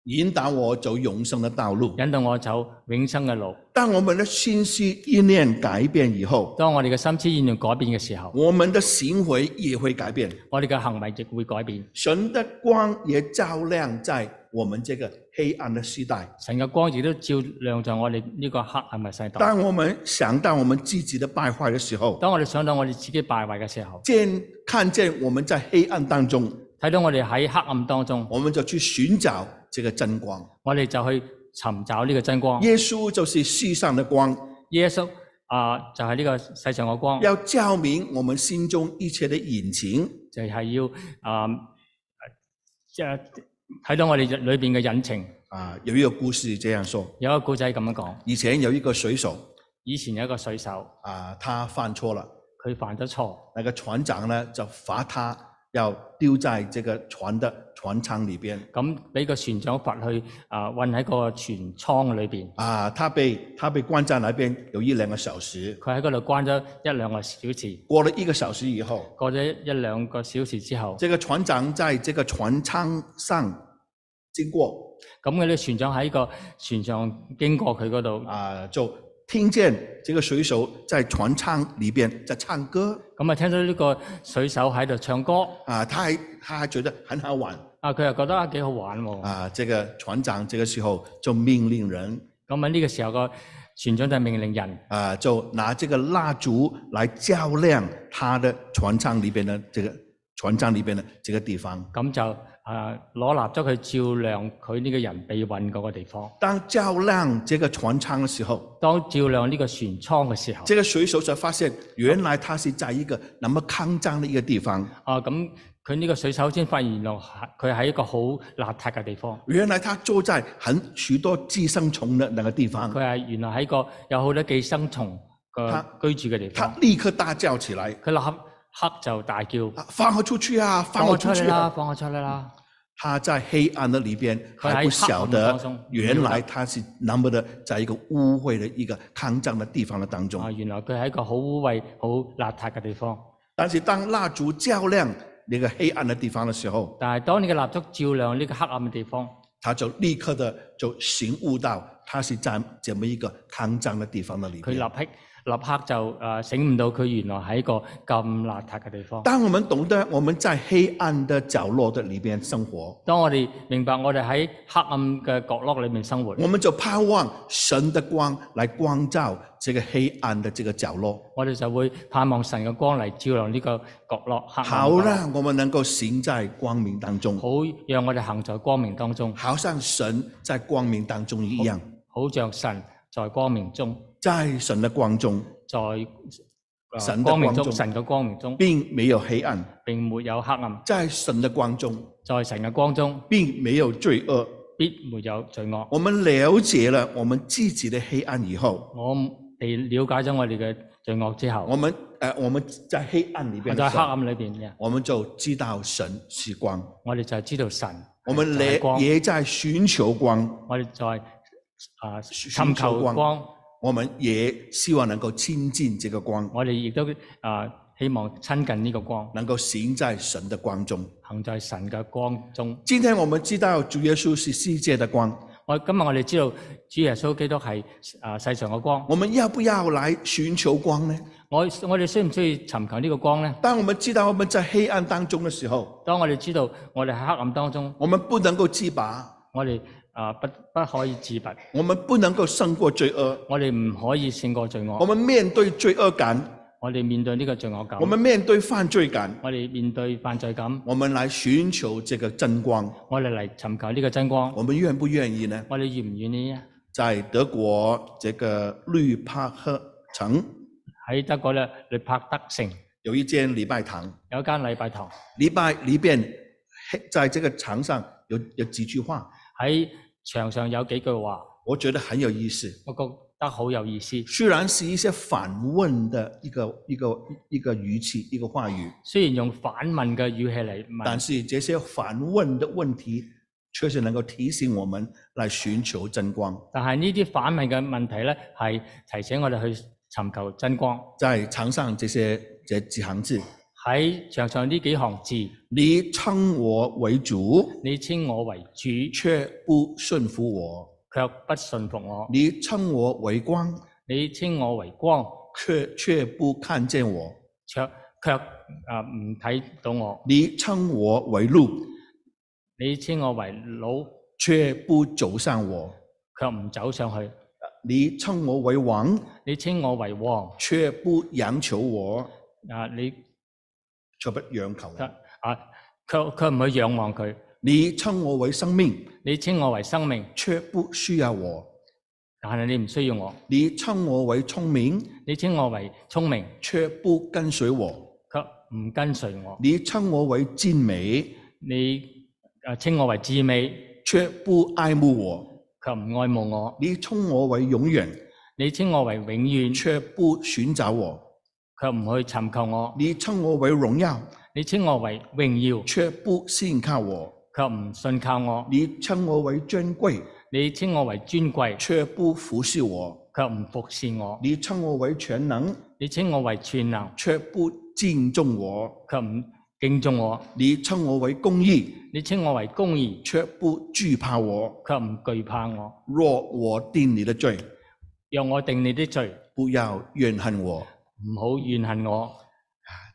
[SPEAKER 3] 引导我走永生的道路。
[SPEAKER 2] 引導我走永生嘅路。
[SPEAKER 3] 当我们的心思意念改变以后，
[SPEAKER 2] 當我哋嘅心思意念改變嘅時候，
[SPEAKER 3] 我们的行为也会改变。
[SPEAKER 2] 我哋嘅行為亦會改變。
[SPEAKER 3] 神的光也照亮在我们这个黑暗的时代。
[SPEAKER 2] 神嘅光亦都照亮在我哋呢個黑暗嘅世代。
[SPEAKER 3] 当我们想到我们自己的败坏的时候，
[SPEAKER 2] 當我哋想到我哋自己敗壞嘅時候，
[SPEAKER 3] 见看见我们在黑暗当中，
[SPEAKER 2] 睇到我哋喺黑暗當中，
[SPEAKER 3] 我们就去寻找这个真光。
[SPEAKER 2] 我哋就去尋找呢個真光。
[SPEAKER 3] 耶稣就是世上的光，
[SPEAKER 2] 耶穌啊，就係呢個世上嘅光，
[SPEAKER 3] 要照明我们心中一切的隐情。
[SPEAKER 2] 就係要啊，即係睇到我哋裏邊嘅隱情。
[SPEAKER 3] 啊，有一个故事这样说：
[SPEAKER 2] 有一個故仔咁樣講，
[SPEAKER 3] 以前有一个水手
[SPEAKER 2] 以前有一個水手，
[SPEAKER 3] 啊，他犯错了，
[SPEAKER 2] 佢犯咗錯，
[SPEAKER 3] 那个船长呢就罚他要丢在这个船的船舱里边。
[SPEAKER 2] 咁俾個船長罰去啊，韞喺個船艙裏邊，
[SPEAKER 3] 啊，他被他被关在那边有一两个小时，
[SPEAKER 2] 佢喺嗰度關咗一兩個小時。
[SPEAKER 3] 过了一个小时以后，
[SPEAKER 2] 過咗一一兩個小時之後，
[SPEAKER 3] 这个船长在这个船舱上经过，
[SPEAKER 2] 咁嗰啲船長喺個船上經過佢嗰度，
[SPEAKER 3] 啊，就听见这个水手在船舱里边在唱歌，
[SPEAKER 2] 咁啊聽到呢個水手喺度唱歌，
[SPEAKER 3] 啊，他还他还觉得很好玩，
[SPEAKER 2] 啊佢又覺得啊幾好玩喎。
[SPEAKER 3] 啊，这个船长这个时候就命令人
[SPEAKER 2] 咁喺呢個時候個船長就命令人
[SPEAKER 3] 啊，就拿这个蜡烛来照亮他的船舱里边的这个船舱里边的这个地方。
[SPEAKER 2] 咁就啊攞蠟燭去照亮佢呢個人被困嗰個地方。
[SPEAKER 3] 当照亮这个船舱的时候，
[SPEAKER 2] 當照亮呢個船艙嘅時候，
[SPEAKER 3] 这个水手才发现，原来他是在一个那么肮脏的一个地方，
[SPEAKER 2] 啊咁佢呢個水手先發現原來佢喺一個好邋遢嘅地方，
[SPEAKER 3] 原来他坐在很许多寄生虫的那个地方
[SPEAKER 2] 佢，係原來喺個有好多寄生蟲嘅居住嘅地
[SPEAKER 3] 他
[SPEAKER 2] 方，
[SPEAKER 3] 立刻大叫起来
[SPEAKER 2] 佢立刻就大叫。：“
[SPEAKER 3] 啊，放我出去啊，放
[SPEAKER 2] 放
[SPEAKER 3] 我
[SPEAKER 2] 我
[SPEAKER 3] 出
[SPEAKER 2] 出
[SPEAKER 3] 去
[SPEAKER 2] 去
[SPEAKER 3] 啊、
[SPEAKER 2] 啦，放我出去啦！
[SPEAKER 3] 他在黑暗的里边还不
[SPEAKER 2] 他还黑
[SPEAKER 3] 晓
[SPEAKER 2] 暗当
[SPEAKER 3] 得
[SPEAKER 2] 中，
[SPEAKER 3] 原来他是那么的在一个污秽的一个肮脏的地方的当中
[SPEAKER 2] 啊，。原來佢喺一個好污穢、好邋遢嘅地方。
[SPEAKER 3] 但是当蜡烛照亮那个黑暗的地方的时候，
[SPEAKER 2] 但係當呢個蠟燭照亮呢個黑暗嘅地方，
[SPEAKER 3] 他就立刻的就醒悟到他是在这么一个肮脏的地方的里
[SPEAKER 2] 佢
[SPEAKER 3] 边。
[SPEAKER 2] 立刻立刻就誒、呃醒唔到，佢原來喺一個咁邋遢嘅地方。
[SPEAKER 3] 当我们懂得我们在黑暗的角落的里边生活，
[SPEAKER 2] 當我哋明白我哋喺黑暗嘅角落裏面生活，
[SPEAKER 3] 我们就盼望神的光来光照这个黑暗的这个角落，
[SPEAKER 2] 我哋就會盼望神嘅光嚟照亮呢個角落黑暗嘅角
[SPEAKER 3] 好
[SPEAKER 2] 落。
[SPEAKER 3] 让我们能够行在光明当中。
[SPEAKER 2] 好讓我哋行在光明當中，
[SPEAKER 3] 好像神在光明当中一样，
[SPEAKER 2] 好像神在光明中，
[SPEAKER 3] 在神的光中，
[SPEAKER 2] 在、呃
[SPEAKER 3] 神嘅
[SPEAKER 2] 光明
[SPEAKER 3] 光中
[SPEAKER 2] 中，神嘅光明中
[SPEAKER 3] 并没有黑暗；
[SPEAKER 2] 並沒有黑暗。
[SPEAKER 3] 在神的光中，
[SPEAKER 2] 在神嘅光中，
[SPEAKER 3] 并没有罪恶。
[SPEAKER 2] 必沒有罪惡。
[SPEAKER 3] 我们了解了我们自己的黑暗以后，
[SPEAKER 2] 我哋了解咗我哋嘅罪惡之後，
[SPEAKER 3] 我们呃我们在黑暗里
[SPEAKER 2] 我
[SPEAKER 3] 边
[SPEAKER 2] 就
[SPEAKER 3] 的
[SPEAKER 2] 喺
[SPEAKER 3] 时
[SPEAKER 2] 黑
[SPEAKER 3] 候，
[SPEAKER 2] 暗裏邊嘅，
[SPEAKER 3] 我们就知道神是光，
[SPEAKER 2] 我哋就係知道神，
[SPEAKER 3] 我们
[SPEAKER 2] 就係
[SPEAKER 3] 也
[SPEAKER 2] 光，
[SPEAKER 3] 也在寻求光，
[SPEAKER 2] 我哋就係啊
[SPEAKER 3] 尋
[SPEAKER 2] 尋
[SPEAKER 3] 求
[SPEAKER 2] 求
[SPEAKER 3] 光
[SPEAKER 2] 光，
[SPEAKER 3] 我们也希望能够亲近这个光，
[SPEAKER 2] 我哋亦都啊希望親近呢個光，
[SPEAKER 3] 能够行在神的光中。
[SPEAKER 2] 行在神嘅光中。
[SPEAKER 3] 今天我们知道主耶稣是世界的光，
[SPEAKER 2] 我今日我哋知道主耶穌基督係啊世上嘅光，
[SPEAKER 3] 我们要不要来寻求光呢？
[SPEAKER 2] 我我哋需唔需要尋求呢個光呢？
[SPEAKER 3] 当我们知道我们在黑暗当中的时候，
[SPEAKER 2] 當我哋知道我哋喺黑暗當中，
[SPEAKER 3] 我们不能够自拔，
[SPEAKER 2] 我哋啊不不可以自拔，
[SPEAKER 3] 我们不能够胜过罪恶，
[SPEAKER 2] 我哋唔可以勝過罪
[SPEAKER 3] 我
[SPEAKER 2] 惡，
[SPEAKER 3] 们面对罪恶感，
[SPEAKER 2] 我哋面對呢個罪惡感
[SPEAKER 3] 我。们面对犯罪感，
[SPEAKER 2] 我哋面對犯罪感，
[SPEAKER 3] 我们来寻求这个真光。
[SPEAKER 2] 我哋嚟尋求呢個真光，
[SPEAKER 3] 我们愿不愿意呢？
[SPEAKER 2] 我哋願唔願意呢？
[SPEAKER 3] 在德国这个绿帕克城
[SPEAKER 2] 喺德國咧，你拍德城
[SPEAKER 3] 有一间礼拜堂，
[SPEAKER 2] 有一間禮拜堂，
[SPEAKER 3] 礼拜里边嘿在这个墙上有有几句话，
[SPEAKER 2] 喺牆上有幾句話，
[SPEAKER 3] 我觉得很有意思。
[SPEAKER 2] 我覺得好有意思。
[SPEAKER 3] 虽然是一些反问的一个一个一个语气一个话语，
[SPEAKER 2] 雖然用反問嘅語氣嚟
[SPEAKER 3] 但
[SPEAKER 2] 問，
[SPEAKER 3] 是这些反问的问题，确实能够提醒我们来寻求真光。
[SPEAKER 2] 但係呢啲反問嘅問題咧，係提醒我哋去尋求真光。
[SPEAKER 3] 在墙上这些这几行字，
[SPEAKER 2] 喺牆上呢幾行字，
[SPEAKER 3] 你称我为主，
[SPEAKER 2] 你稱我為主，
[SPEAKER 3] 却不顺服我；
[SPEAKER 2] 卻不信服我；
[SPEAKER 3] 你称我为光，
[SPEAKER 2] 你稱我為光，
[SPEAKER 3] 却却不看见我；
[SPEAKER 2] 卻卻啊唔睇到我；
[SPEAKER 3] 你称我为路，
[SPEAKER 2] 你稱我為老，
[SPEAKER 3] 却不走上我；
[SPEAKER 2] 卻唔走上去；
[SPEAKER 3] 你称我为王，
[SPEAKER 2] 你稱我為王，
[SPEAKER 3] 却不央求我，
[SPEAKER 2] 啊你
[SPEAKER 3] 却不仰求
[SPEAKER 2] 卻
[SPEAKER 3] 我；
[SPEAKER 2] 啊卻卻唔去仰望佢；
[SPEAKER 3] 你称我为生命，
[SPEAKER 2] 你稱我為生命，
[SPEAKER 3] 却不需要我；
[SPEAKER 2] 但係你唔需要我；
[SPEAKER 3] 你称我为聪明，
[SPEAKER 2] 你稱我為聰明，
[SPEAKER 3] 却不跟随我；
[SPEAKER 2] 卻唔跟隨我；
[SPEAKER 3] 你称我为健美，
[SPEAKER 2] 你啊稱我為至美，
[SPEAKER 3] 却不爱慕我。
[SPEAKER 2] 卻唔愛慕我。
[SPEAKER 3] 你称我为永远，
[SPEAKER 2] 你稱我為永遠，
[SPEAKER 3] 却不寻找我；
[SPEAKER 2] 卻唔去尋求我；
[SPEAKER 3] 你称我为荣耀，
[SPEAKER 2] 你稱我為榮耀，
[SPEAKER 3] 却不信靠我；
[SPEAKER 2] 卻唔信靠我；
[SPEAKER 3] 你称我为尊贵，
[SPEAKER 2] 你稱我為尊貴，
[SPEAKER 3] 却不服侍我；
[SPEAKER 2] 卻唔服侍我；
[SPEAKER 3] 你称我为全能，
[SPEAKER 2] 你稱我為全能，
[SPEAKER 3] 却不敬重我；
[SPEAKER 2] 卻唔敬重我；
[SPEAKER 3] 你称我为公义，
[SPEAKER 2] 你稱我為公義，
[SPEAKER 3] 却不惧怕我。
[SPEAKER 2] 卻唔懼怕我。
[SPEAKER 3] 若我定你的罪，
[SPEAKER 2] 讓我定你的罪，
[SPEAKER 3] 不要怨恨我。
[SPEAKER 2] 唔好怨恨我。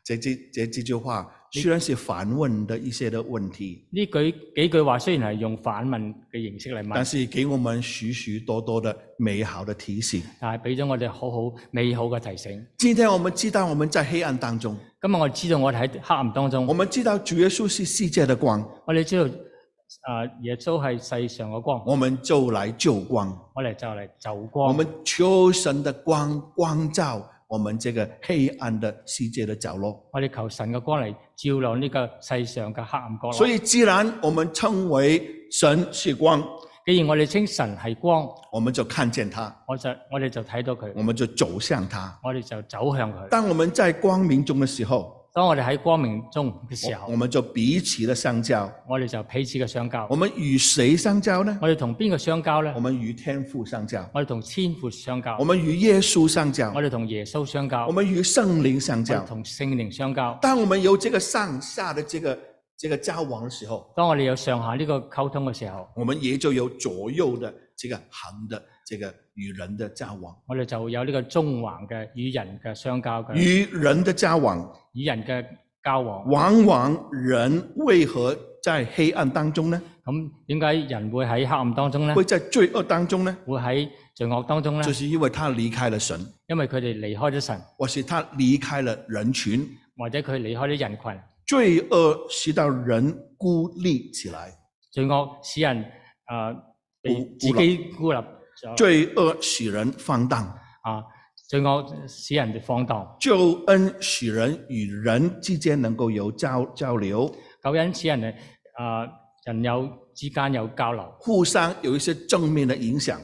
[SPEAKER 3] 这这这这句话虽然是反问的一些的问题，
[SPEAKER 2] 呢句幾句話雖然係用反問嘅形式嚟
[SPEAKER 3] 但
[SPEAKER 2] 問，
[SPEAKER 3] 是给我们许许多多的美好的提醒。
[SPEAKER 2] 但係俾咗我哋好好美好嘅提醒。
[SPEAKER 3] 今天我们知道我们在黑暗当中，
[SPEAKER 2] 今日我哋知道我哋喺黑暗當中
[SPEAKER 3] 我，们知道主耶稣是世界的光，
[SPEAKER 2] 我哋知道啊耶穌係世上嘅光。
[SPEAKER 3] 我们就来救光。
[SPEAKER 2] 我哋就嚟走
[SPEAKER 3] 我
[SPEAKER 2] 光，
[SPEAKER 3] 们求神的光光照我们这个黑暗的世界的角落。
[SPEAKER 2] 我哋求神嘅光嚟照亮呢個世上嘅黑暗角落。
[SPEAKER 3] 所以，既然我们称为神是光，
[SPEAKER 2] 既然我哋稱神係光，
[SPEAKER 3] 我们就看见他，
[SPEAKER 2] 我就我哋就睇到佢
[SPEAKER 3] 我，们就走向他。
[SPEAKER 2] 我哋就走向佢。
[SPEAKER 3] 当我们在光明中的時候，
[SPEAKER 2] 當我哋喺光明中嘅時
[SPEAKER 3] 我
[SPEAKER 2] 候
[SPEAKER 3] 我，们就彼此的相交。
[SPEAKER 2] 我哋就彼此嘅相交
[SPEAKER 3] 我。們與誰相交呢？
[SPEAKER 2] 我哋同邊個相交呢
[SPEAKER 3] 我？們與天父相交，
[SPEAKER 2] 我哋同千父相交
[SPEAKER 3] 我，們與耶穌相交
[SPEAKER 2] 我，哋同耶穌相交，
[SPEAKER 3] 我
[SPEAKER 2] 我
[SPEAKER 3] 們與聖靈相交
[SPEAKER 2] 哋。同聖靈相交。
[SPEAKER 3] 当我们有这个上下的这个这个交往的时候，
[SPEAKER 2] 當我哋有上下呢個溝通嘅時候，
[SPEAKER 3] 我们也就有左右的这个行的这個與人的交往，
[SPEAKER 2] 我哋就有呢個中環嘅與人嘅相交嘅
[SPEAKER 3] 與人的交往，
[SPEAKER 2] 與人嘅交往。
[SPEAKER 3] 往往人為何在黑暗當中呢？
[SPEAKER 2] 咁點解人會喺黑暗當中呢？
[SPEAKER 3] 會在罪惡當中呢？
[SPEAKER 2] 會喺罪惡當中呢
[SPEAKER 3] 就？是因為他離開了神，
[SPEAKER 2] 因為佢哋離開咗神，
[SPEAKER 3] 或是他離開了人群。
[SPEAKER 2] 或者佢離開咗人群。
[SPEAKER 3] 罪惡使到人孤立起來，
[SPEAKER 2] 罪惡使人啊、呃被
[SPEAKER 3] 孤
[SPEAKER 2] 自己孤立咗。
[SPEAKER 3] 罪惡使人放蕩，
[SPEAKER 2] 啊，罪惡使人哋放蕩，
[SPEAKER 3] 救恩使人與人之間能夠有交交流。
[SPEAKER 2] 救恩使人哋啊、呃人有之間有交流，
[SPEAKER 3] 互相有一些正面的影响，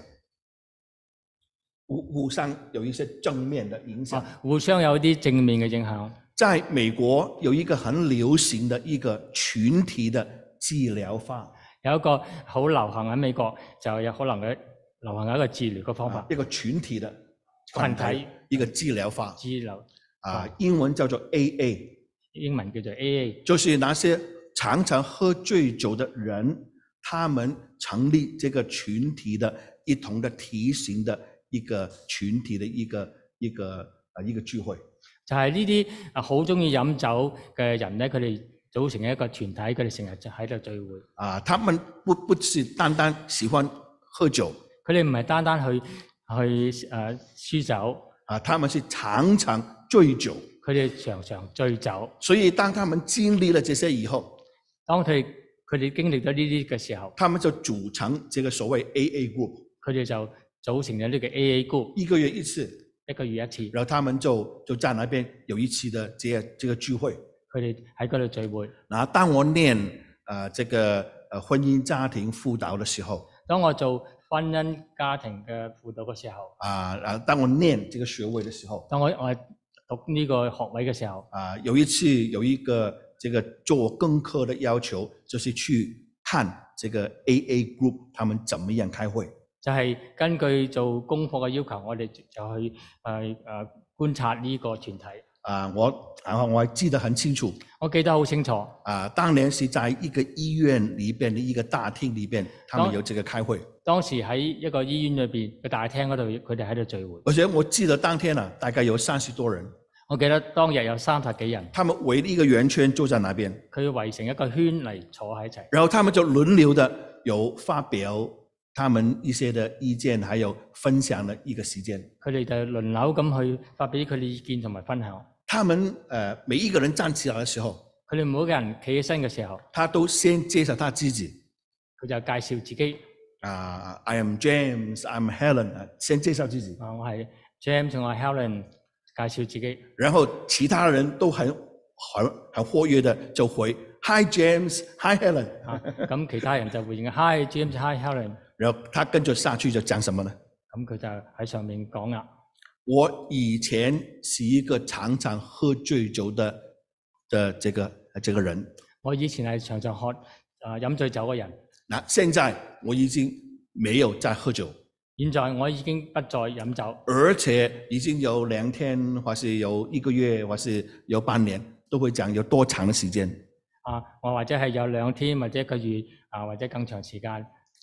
[SPEAKER 3] 互互相有一些正面的影响。
[SPEAKER 2] 啊，互相有啲正面嘅影響。
[SPEAKER 3] 在美国有一个很流行的一个群体的治疗法，
[SPEAKER 2] 有一個好流行喺美國，就有可能嘅流行嘅一個治療嘅方
[SPEAKER 3] 啊
[SPEAKER 2] 法，
[SPEAKER 3] 一个群体的
[SPEAKER 2] 群體
[SPEAKER 3] 一个治疗法
[SPEAKER 2] 治療
[SPEAKER 3] 啊
[SPEAKER 2] 啊，
[SPEAKER 3] 英文叫做 AA，
[SPEAKER 2] 英文叫做 A.A.
[SPEAKER 3] 就是那些常常喝醉酒的人，他们成立这个群体的一同的提醒的一个群体的一个一个啊一个聚会。
[SPEAKER 2] 就係呢啲啊好中意飲酒嘅人咧，佢哋組成一個團體，佢哋成日就喺度聚會。
[SPEAKER 3] 啊，他们不不是单单喜欢喝酒
[SPEAKER 2] 佢哋唔係單單去去誒輸酒，
[SPEAKER 3] 啊，他们是常常醉酒。
[SPEAKER 2] 佢哋常常醉酒。
[SPEAKER 3] 所以当他们经历了这些以后，
[SPEAKER 2] 當佢哋佢哋經歷咗呢啲嘅時候，
[SPEAKER 3] 他们就组成这个所谓 AA group，
[SPEAKER 2] 佢哋就組成咗呢個 A A group，
[SPEAKER 3] 一个月一次，
[SPEAKER 2] 一個月一次，
[SPEAKER 3] 然后他们就就在那边有一次的这这个聚会。
[SPEAKER 2] 佢哋喺嗰度聚會。
[SPEAKER 3] 然后当我念呃这个呃婚姻家庭辅导的时候，
[SPEAKER 2] 當我做婚姻家庭嘅輔導嘅時候，
[SPEAKER 3] 啊，然后当我念这个学位的时候，
[SPEAKER 2] 當我我讀呢個學位嘅時候，
[SPEAKER 3] 啊，有一次有一个这个做功课的要求，就是去看这个 AA group 他们怎么样开会。
[SPEAKER 2] 就係、根據做功課嘅要求，我哋就去誒誒、呃呃觀察呢個團體。
[SPEAKER 3] 啊、我啊我还记得很清楚
[SPEAKER 2] 我記得好清楚，
[SPEAKER 3] 啊、当年是在一个医院里边的一个大厅里边，他们
[SPEAKER 2] 当
[SPEAKER 3] 有这个开会，
[SPEAKER 2] 當時喺一個醫院裏邊嘅大廳嗰度，佢哋喺度聚會。
[SPEAKER 3] 而且我记得当天啊，大概有三十多人，
[SPEAKER 2] 我記得當日有三十幾人，
[SPEAKER 3] 他們圍了一個圓圈坐在那邊，
[SPEAKER 2] 佢圍成一個圈嚟坐喺一齊，
[SPEAKER 3] 然後他們就輪流的有發表他們一些的意見，還有分享的一個時間。
[SPEAKER 2] 佢哋就輪流咁去發表佢哋意見同埋分享。
[SPEAKER 3] 他們呃每一個人站起來的時候，
[SPEAKER 2] 佢哋每一個人企起身嘅時候，
[SPEAKER 3] 他都先介紹他自己
[SPEAKER 2] 佢就介紹自己：
[SPEAKER 3] 啊、i am James，I'm Helen，啊先介紹自己。
[SPEAKER 2] 啊，我係 James，我係 Helen，介紹自己。
[SPEAKER 3] 然後其他人都很很很活躍的就回 Hi James，Hi Helen。
[SPEAKER 2] 啊，咁其他人就回應：Hi James，Hi Helen。
[SPEAKER 3] 然後他跟着下去就講什麼呢？
[SPEAKER 2] 咁佢就喺上面講啦。
[SPEAKER 3] 我以前是一个常常喝醉酒的的这个这个人，
[SPEAKER 2] 我以前係常常喝啊飲醉酒嘅人，
[SPEAKER 3] 那现在我已经没有再喝酒，
[SPEAKER 2] 現在我已經不再飲酒，
[SPEAKER 3] 而且已经有两天，或是有一个月，或是有半年，都会讲有多长的时间
[SPEAKER 2] 啊，我或者係有兩天或者一個月啊，或者更長時間。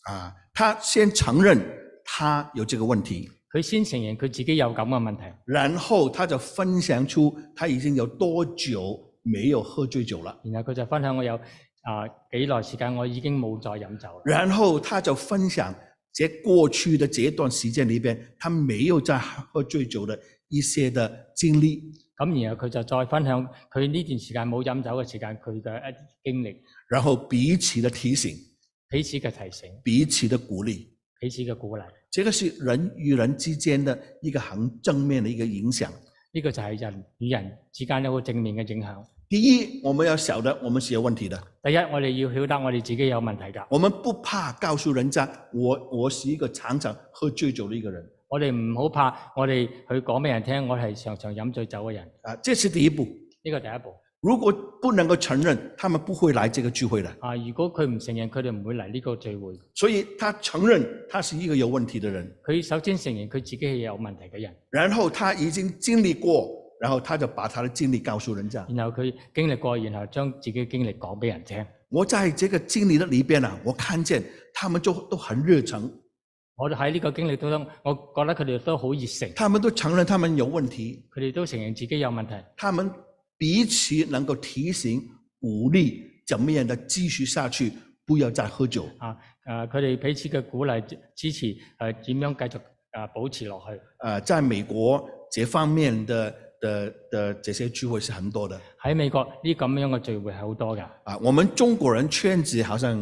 [SPEAKER 3] 啊。他先承认他有这个问题，
[SPEAKER 2] 佢先承認佢自己有咁嘅問題，
[SPEAKER 3] 然后他就分享出他已经有多久没有喝醉酒了，
[SPEAKER 2] 然後佢就分享我有啊幾耐時間我已經冇再飲酒啦。
[SPEAKER 3] 然后他就分享在过去的这一段时间里边，他没有在喝醉酒的一些的经历，
[SPEAKER 2] 咁然後佢就再分享佢呢段時間冇飲酒嘅時間佢嘅一啲經歷，
[SPEAKER 3] 然后彼此的提醒，
[SPEAKER 2] 彼此嘅提醒，
[SPEAKER 3] 彼此的鼓励，
[SPEAKER 2] 彼此嘅鼓勵。
[SPEAKER 3] 这个是人与人之间的一个很正面的一个影响。
[SPEAKER 2] 呢、個就係人與人之間一個正面嘅影響。
[SPEAKER 3] 第一，我们要晓得我们是有问题的，
[SPEAKER 2] 第一，我哋要曉得我哋自己有問題㗎，
[SPEAKER 3] 我们不怕告诉人家我我是一个常常喝醉酒的一个人
[SPEAKER 2] 我哋唔好怕，我哋去講俾人聽，我係常常飲醉酒嘅人。
[SPEAKER 3] 啊，这是第一步。
[SPEAKER 2] 呢、個第一步。
[SPEAKER 3] 如果不能够承认，他们不会来这个聚会的。
[SPEAKER 2] 啊，如果佢唔承認，佢哋唔會嚟呢個聚會。
[SPEAKER 3] 所以他承认他是一个有问题的人，
[SPEAKER 2] 佢首先承認佢自己係有問題嘅人。
[SPEAKER 3] 然后他已经经历过，然后他就把他的经历告诉人家。
[SPEAKER 2] 然後佢經歷過，然後將自己嘅經歷講俾人聽。
[SPEAKER 3] 我在这个经歷的里边呢、啊我看见他们就都很热诚，
[SPEAKER 2] 我喺呢個經歷當中，我覺得佢哋都好熱誠，
[SPEAKER 3] 他们都承认他们有问题，
[SPEAKER 2] 佢哋都承認自己有問題，
[SPEAKER 3] 他们彼此能够提醒、鼓励，怎么样的继续下去，不要再喝酒。
[SPEAKER 2] 啊，誒、佢哋彼此嘅鼓勵支持，誒、點樣繼續誒、啊保持落去？
[SPEAKER 3] 呃，在美国这方面的的的这些聚会是很多的
[SPEAKER 2] 喺美國呢咁樣嘅聚會係好多㗎。
[SPEAKER 3] 啊、我们中国人圈子好像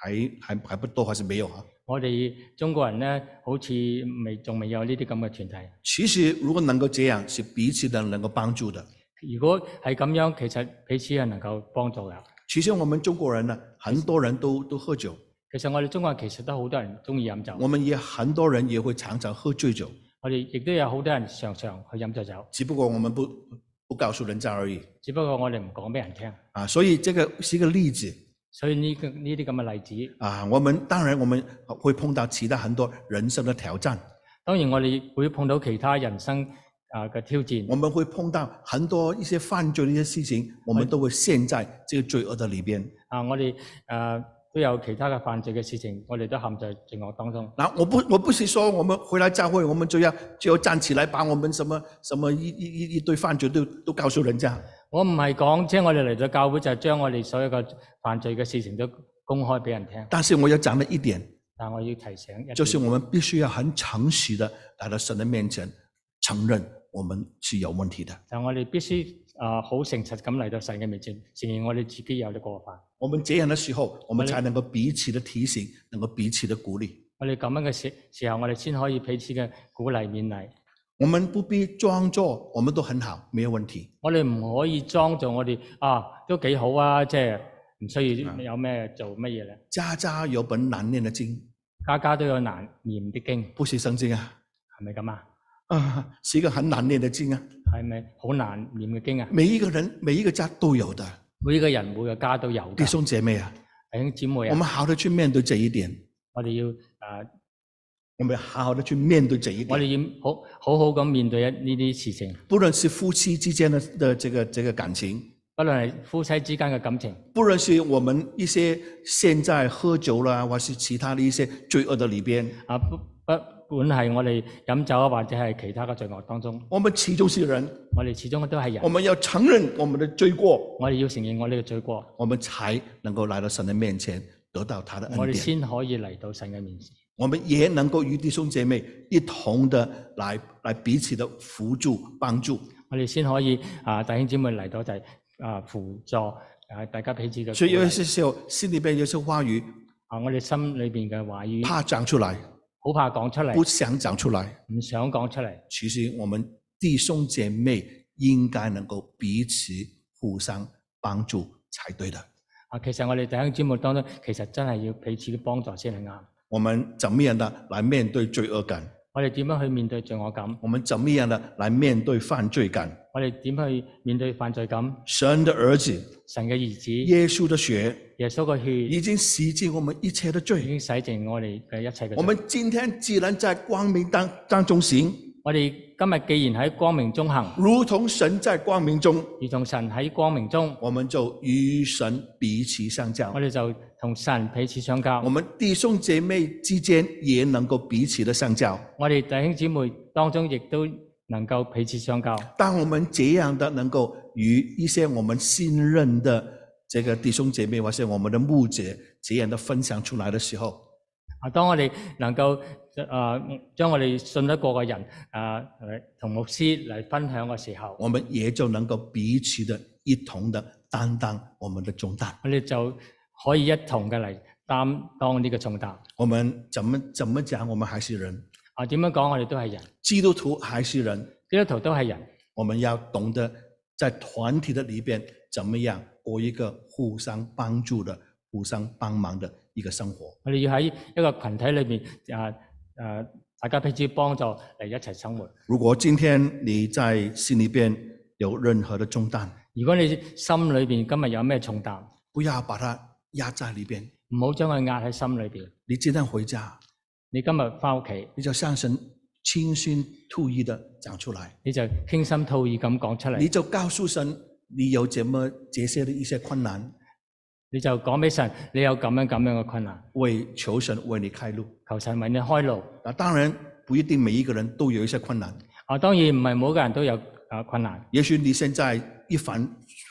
[SPEAKER 3] 还还还不多，还是没有啊。
[SPEAKER 2] 我哋中國人呢，好似未仲未有呢啲咁嘅團
[SPEAKER 3] 其實如果能夠這樣，是彼此的能夠幫助的。
[SPEAKER 2] 體。如果係咁樣，其實彼此係能夠幫助㗎。
[SPEAKER 3] 其實我們中國人呢，很多人都都喝酒，
[SPEAKER 2] 其實我哋中國人其實都好多人中意飲酒，
[SPEAKER 3] 我們也很多人也會常常喝醉酒，
[SPEAKER 2] 我哋亦都有好多人常常去飲醉酒，
[SPEAKER 3] 只不過我們不不告訴人家而已
[SPEAKER 2] 只不過我哋唔講俾人聽。
[SPEAKER 3] 啊。所以這個是一個例子
[SPEAKER 2] 所以呢個呢啲咁嘅例子，
[SPEAKER 3] 啊。我們當然我們會碰到其他很多人生的挑戰，
[SPEAKER 2] 當然我哋會碰到其他人生啊嘅挑
[SPEAKER 3] 我
[SPEAKER 2] 戰，
[SPEAKER 3] 們會碰到很多一些犯罪的一些事情，我們都會陷在這個罪惡的裏邊。
[SPEAKER 2] 啊我哋啊都有其他嘅犯罪嘅事情，我哋都陷在罪惡當中。
[SPEAKER 3] 那我不我不是說我們回來教會，我們就要就要站起來，把我們什麼什麼一一一一堆犯罪都都告訴人家。
[SPEAKER 2] 我唔係講，即係我哋嚟到教會就係將我哋所有嘅犯罪嘅事情都公開俾人聽，
[SPEAKER 3] 但是我要讲的一点，
[SPEAKER 2] 但我要提醒一點，
[SPEAKER 3] 就是我们必须要很诚实的来到神的面前，承认我们是有问题的。
[SPEAKER 2] 就我哋必須啊好誠實咁嚟到神嘅面前，承認我哋自己有啲過犯。
[SPEAKER 3] 我们这样的时候，我们才能够彼此的提醒，能够彼此的鼓励。
[SPEAKER 2] 我哋咁樣嘅時時候，我哋先可以彼此嘅鼓勵勉勵。
[SPEAKER 3] 我们不必装作我们都很好，没有问题。
[SPEAKER 2] 我哋唔可以裝做我哋啊都幾好啊，即係唔需要
[SPEAKER 3] 啊
[SPEAKER 2] 有咩做乜嘢咧。
[SPEAKER 3] 家家有本难念的经，
[SPEAKER 2] 家家都有難念的經，
[SPEAKER 3] 不是圣经啊，
[SPEAKER 2] 係咪咁啊？
[SPEAKER 3] 啊，是一个很难念的经啊。
[SPEAKER 2] 係咪好難念嘅經啊？
[SPEAKER 3] 每一个人，每一个家都有的。
[SPEAKER 2] 每個人每個家都有
[SPEAKER 3] 弟
[SPEAKER 2] 㗎。
[SPEAKER 3] 兄姐妹啊，
[SPEAKER 2] 弟兄姊妹
[SPEAKER 3] 我
[SPEAKER 2] 啊
[SPEAKER 3] 们，好的去面对这一点。
[SPEAKER 2] 我哋要啊
[SPEAKER 3] 我们好好的去面对这一
[SPEAKER 2] 我
[SPEAKER 3] 点，
[SPEAKER 2] 哋要好好好咁面對一呢啲事情，
[SPEAKER 3] 不论是夫妻之间的的这个这个感情，
[SPEAKER 2] 不論係夫妻之間嘅感情，
[SPEAKER 3] 不论是我们一些现在喝酒啦，或是其他的一些罪恶的里边，
[SPEAKER 2] 啊不不管係我哋飲酒啊，或者係其他嘅罪惡當中，
[SPEAKER 3] 我们始终是人，
[SPEAKER 2] 我哋始終都係人
[SPEAKER 3] 我，们要承认我们的罪过，
[SPEAKER 2] 我哋要承認我哋嘅罪過，
[SPEAKER 3] 我们才能够来到神的面前，得到他的
[SPEAKER 2] 我
[SPEAKER 3] 恩
[SPEAKER 2] 哋
[SPEAKER 3] 典。
[SPEAKER 2] 先可以嚟到神嘅面前，
[SPEAKER 3] 我们也能够与弟兄姐妹一同的来来彼此的扶助帮助。
[SPEAKER 2] 我哋先可以啊弟兄姊妹嚟到就係啊輔助啊大家彼此嘅鼓
[SPEAKER 3] 所以有一
[SPEAKER 2] 勵，
[SPEAKER 3] 些时候心里边有些话语
[SPEAKER 2] 啊我哋心裏邊嘅話語
[SPEAKER 3] 怕讲出来，
[SPEAKER 2] 好怕講出嚟，
[SPEAKER 3] 不想讲出来。
[SPEAKER 2] 唔想講出嚟。
[SPEAKER 3] 其实我们弟兄姐妹应该能够彼此互相帮助才对的。
[SPEAKER 2] 啊，其實我哋弟兄姊妹當中，其實真係要彼此嘅幫助先係啱。
[SPEAKER 3] 我们怎么样的来面对罪恶感？
[SPEAKER 2] 我哋點樣去面對罪惡感？
[SPEAKER 3] 我们怎么样的来面对犯罪感？
[SPEAKER 2] 我哋點去面對犯罪感？
[SPEAKER 3] 神的儿子
[SPEAKER 2] 神嘅兒子
[SPEAKER 3] 耶稣的血
[SPEAKER 2] 耶穌嘅血
[SPEAKER 3] 已经洗净我们一切的
[SPEAKER 2] 已
[SPEAKER 3] 罪。
[SPEAKER 2] 經洗淨我哋嘅一切嘅罪。
[SPEAKER 3] 我们今天既然在光明当当中行，
[SPEAKER 2] 我哋今日既然喺光明中行，
[SPEAKER 3] 如同神在光明中，
[SPEAKER 2] 如同神喺光明中，
[SPEAKER 3] 我们就与神彼此相交
[SPEAKER 2] 我。哋就同神彼此相交
[SPEAKER 3] 我。们弟兄姐妹之间也能够彼此的相交。
[SPEAKER 2] 我哋弟兄姊妹當中亦都能夠彼此相交。
[SPEAKER 3] 当我们这样的能够与一些我们信任的这个弟兄姐妹，或是我们的牧者这样的分享出来的时候，
[SPEAKER 2] 啊，當我哋能夠啊將我哋信得過嘅人啊嚟同牧師嚟分享嘅時候，
[SPEAKER 3] 我们也就能够彼此的一同的担当我们的重担。
[SPEAKER 2] 我哋就可以一同嘅嚟擔當呢個重擔。
[SPEAKER 3] 我们怎么怎么讲？我们还是人，
[SPEAKER 2] 啊，點樣講？我哋都係人，
[SPEAKER 3] 基督徒还是人，
[SPEAKER 2] 基督徒都係人。
[SPEAKER 3] 我们要懂得在团体的里边怎么样过一个互相帮助的、互相帮忙的一个生活。
[SPEAKER 2] 我哋要喺一個群體裏面啊啊，大家彼此幫助嚟一齊生活。
[SPEAKER 3] 如果今天你在心里边有任何的重担，
[SPEAKER 2] 如果你心裏面今日有咩重擔，
[SPEAKER 3] 不要把它压在里边。
[SPEAKER 2] 唔好將佢壓喺心裏面。
[SPEAKER 3] 你今天回家，
[SPEAKER 2] 你今日翻屋企，
[SPEAKER 3] 你就向神倾心吐意的讲出来，
[SPEAKER 2] 你就傾心吐意咁講出
[SPEAKER 3] 你
[SPEAKER 2] 嚟，
[SPEAKER 3] 就告诉神你有这么这些的一些困难，
[SPEAKER 2] 你就講俾神，你有咁樣咁樣嘅困難，
[SPEAKER 3] 为求神为你开路。
[SPEAKER 2] 求神為你開路。
[SPEAKER 3] 啊，当然不一定每一个人都有一些困难，
[SPEAKER 2] 啊，當然唔係每個人都有啊困難，
[SPEAKER 3] 也许你现在一帆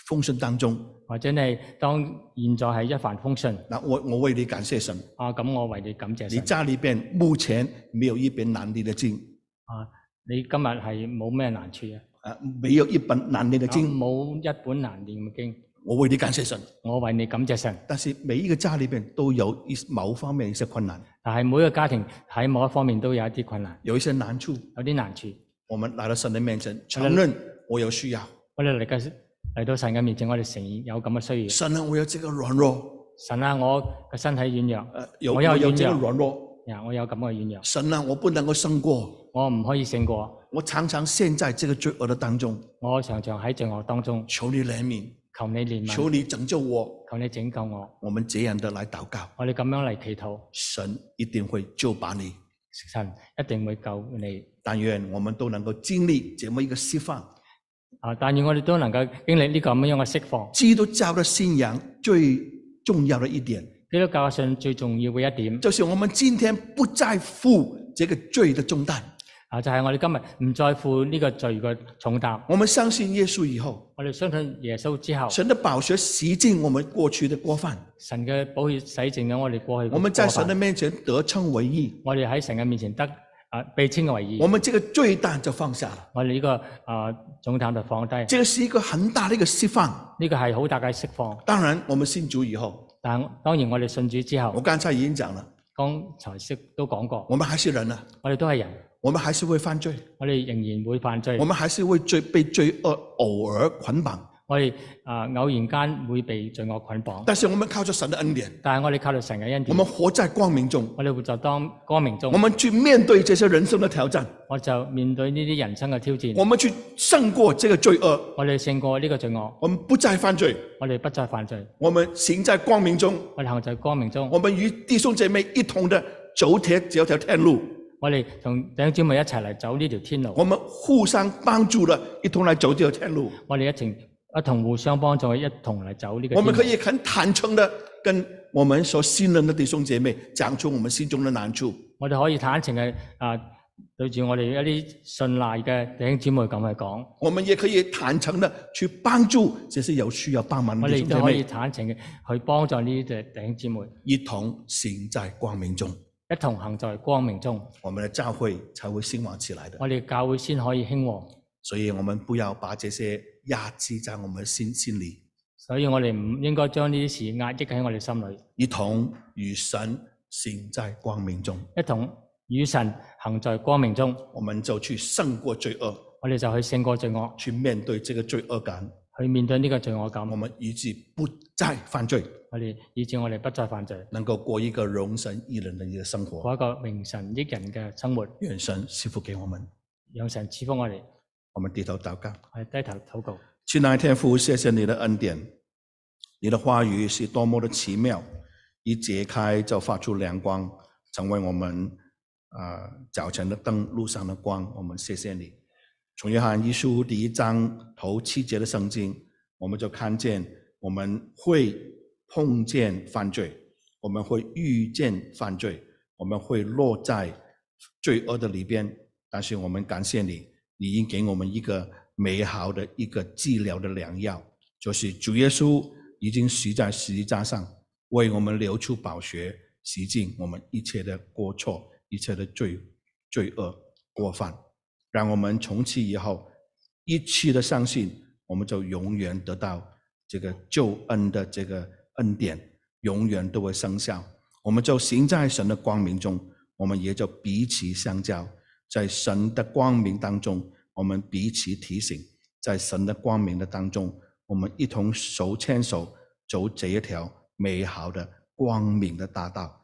[SPEAKER 3] 风顺当中，
[SPEAKER 2] 或者你當現在係一帆風順。
[SPEAKER 3] 那我我为你感谢神，
[SPEAKER 2] 啊，咁我為你感謝
[SPEAKER 3] 你
[SPEAKER 2] 神。
[SPEAKER 3] 家里边目前没有一本难念的经
[SPEAKER 2] 啊，你今日係冇咩難處啊？
[SPEAKER 3] 啊，没有一本难念的
[SPEAKER 2] 啊
[SPEAKER 3] 经，
[SPEAKER 2] 冇一本難念嘅經，
[SPEAKER 3] 我为你感谢神。
[SPEAKER 2] 我為你感謝神。
[SPEAKER 3] 但是每一个家里边都有一某方面一些困難，
[SPEAKER 2] 但係每個家庭喺某一方面都有一啲困難，
[SPEAKER 3] 有一些难处，
[SPEAKER 2] 有啲難處。
[SPEAKER 3] 我们来到神的面前，承认我有需要，
[SPEAKER 2] 我哋嚟嘅嚟到神嘅面前，我哋承認有咁嘅需要。
[SPEAKER 3] 神啊，我有这个软弱，
[SPEAKER 2] 神啊，我嘅身體軟弱，
[SPEAKER 3] 呃，有
[SPEAKER 2] 我
[SPEAKER 3] 我
[SPEAKER 2] 要
[SPEAKER 3] 有
[SPEAKER 2] 原
[SPEAKER 3] 这个
[SPEAKER 2] 谅
[SPEAKER 3] 软弱，
[SPEAKER 2] 呀，我有咁嘅軟弱，
[SPEAKER 3] 神啊，我不能够胜过，
[SPEAKER 2] 我唔可以勝過。
[SPEAKER 3] 我常常陷在这个罪恶的当中，
[SPEAKER 2] 我常常喺罪惡當中，
[SPEAKER 3] 求你怜悯，
[SPEAKER 2] 求你憐憫，
[SPEAKER 3] 求你拯救我，
[SPEAKER 2] 求你拯救我。
[SPEAKER 3] 我们这样的来祷告，
[SPEAKER 2] 我哋咁樣嚟祈禱，
[SPEAKER 3] 神一定会救拔你。
[SPEAKER 2] 神一定會救你。
[SPEAKER 3] 但愿我们都能够经历这么一个释放。
[SPEAKER 2] 啊！但願我哋都能夠經歷呢個咁樣嘅釋放。
[SPEAKER 3] 基督教的信仰最重要的一点，
[SPEAKER 2] 基督教信最重要嘅一點
[SPEAKER 3] 就是我们今天不再负这个罪的重担。
[SPEAKER 2] 啊，就係、我哋今日唔再負呢個罪嘅重擔。
[SPEAKER 3] 我们相信耶稣以后，
[SPEAKER 2] 我哋相信耶穌之後，
[SPEAKER 3] 神的宝血洗净我们过去的过犯，
[SPEAKER 2] 神嘅寶血洗淨咗我哋過去嘅
[SPEAKER 3] 我们在神
[SPEAKER 2] 過
[SPEAKER 3] 的
[SPEAKER 2] 犯
[SPEAKER 3] 面前得称为义，
[SPEAKER 2] 我哋喺神嘅面前得啊被稱為義。
[SPEAKER 3] 我們这个罪担就放下了。
[SPEAKER 2] 我哋呢、個啊重擔就放低，
[SPEAKER 3] 这个是一个很大的一个释放。
[SPEAKER 2] 呢、個係好大嘅釋放。
[SPEAKER 3] 当然，我们信主以后，
[SPEAKER 2] 但當然我哋信主之
[SPEAKER 3] 我
[SPEAKER 2] 後，
[SPEAKER 3] 刚才已经讲了，
[SPEAKER 2] 剛才識都講過，
[SPEAKER 3] 我们还是人啊，
[SPEAKER 2] 我哋都係人，
[SPEAKER 3] 我们还是会犯罪，
[SPEAKER 2] 我哋仍然會犯罪
[SPEAKER 3] 我，们还是会罪被罪恶偶尔捆绑。
[SPEAKER 2] 我哋啊偶然間會被罪惡捆綁。
[SPEAKER 3] 但是我们靠着神的恩典，
[SPEAKER 2] 但係我哋靠住神嘅恩
[SPEAKER 3] 我
[SPEAKER 2] 典，
[SPEAKER 3] 们活在光明中，
[SPEAKER 2] 我哋活在當光明中
[SPEAKER 3] 我，们去面对这些人生的挑战，
[SPEAKER 2] 我就面對呢啲人生嘅挑戰。
[SPEAKER 3] 我们去胜过这个罪恶，
[SPEAKER 2] 我哋勝過呢個罪惡，
[SPEAKER 3] 我们不再犯罪，
[SPEAKER 2] 我哋不再犯罪，
[SPEAKER 3] 我们行在光明中，
[SPEAKER 2] 我哋行在光明中
[SPEAKER 3] 我，们与弟兄姐妹一同的走铁这条天路，
[SPEAKER 2] 我哋同弟兄姊妹一齊嚟走呢條天路
[SPEAKER 3] 我，们互相帮助的，一同来走这条天路。
[SPEAKER 2] 我哋一齊一同互相幫助，一同嚟走呢個
[SPEAKER 3] 我
[SPEAKER 2] 天路
[SPEAKER 3] 们可。以很坦诚的跟我们所信任的弟兄姐妹讲出我们心中的难处，
[SPEAKER 2] 我哋可以坦誠嘅啊，對住我哋一啲信賴嘅弟兄姊妹咁去講，
[SPEAKER 3] 我们也可以坦诚的去帮助这些有需要帮忙
[SPEAKER 2] 我
[SPEAKER 3] 的
[SPEAKER 2] 哋
[SPEAKER 3] 嗯弟
[SPEAKER 2] 亦
[SPEAKER 3] 兄
[SPEAKER 2] 都
[SPEAKER 3] 姐
[SPEAKER 2] 可以
[SPEAKER 3] 妹，
[SPEAKER 2] 坦誠嘅去幫助呢啲弟兄姊妹，
[SPEAKER 3] 一同行在光明中，
[SPEAKER 2] 一同行在光明中，
[SPEAKER 3] 我们的教会才会兴旺起来的。
[SPEAKER 2] 我哋教會先可以興旺。
[SPEAKER 3] 所以，我们不要把这些压制在我们心心里，
[SPEAKER 2] 所以我哋唔應該將呢啲事壓抑喺我哋心裏，
[SPEAKER 3] 一同与神行在光明中，
[SPEAKER 2] 一同與神行在光明中，
[SPEAKER 3] 我们就去胜过罪恶，
[SPEAKER 2] 我哋就去勝過罪惡，
[SPEAKER 3] 去面对这个罪恶感，
[SPEAKER 2] 去面對呢個罪惡感
[SPEAKER 3] 我。们以致不再犯罪。
[SPEAKER 2] 我哋以致我哋不再犯罪，
[SPEAKER 3] 能够过一个容神一人的一个生活。
[SPEAKER 2] 過一個明神益人嘅生活，
[SPEAKER 3] 愿神赐福给我们，
[SPEAKER 2] 讓神賜福我哋。
[SPEAKER 3] 我们低头祷告。
[SPEAKER 2] 我哋低頭禱告，
[SPEAKER 3] 亲爱的天父，谢谢你的恩典，你的话语是多么的奇妙，一解开就发出亮光，成为我们啊、呃早晨的灯，路上的光。我们谢谢你。从约翰一书第一章头七节的圣经，我们就看见我们会碰见犯罪，我们会遇见犯罪，我们会落在罪恶的里边。但是我们感谢你，你已经给我们一个美好的一个治疗的良药，就是主耶稣已经死在十字架上，为我们流出宝血，洗净我们一切的过错、一切的罪、罪恶、过犯。让我们从此以后一次的相信，我们就永远得到这个救恩的这个恩典，永远都会生效。我们就行在神的光明中，我们也就彼此相交，在神的光明当中，我们彼此提醒，在神的光明的当中，我们一同手牵手走这一条美好的光明的大道，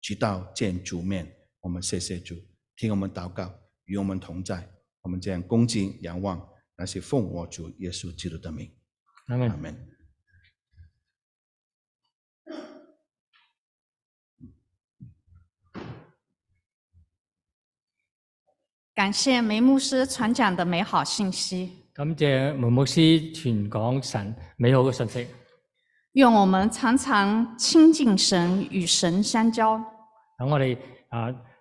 [SPEAKER 3] 直到见主面。我们谢谢主，听我们祷告，与我们同在。我们这样恭敬仰望，那是奉我主耶稣基督的名，
[SPEAKER 2] 阿門
[SPEAKER 3] 阿门。
[SPEAKER 1] 感谢梅牧师传讲的美好信息，
[SPEAKER 2] 感謝梅牧師傳講神美好嘅信息，
[SPEAKER 1] 愿我们常常亲近神，与神相交。
[SPEAKER 2] 等我哋啊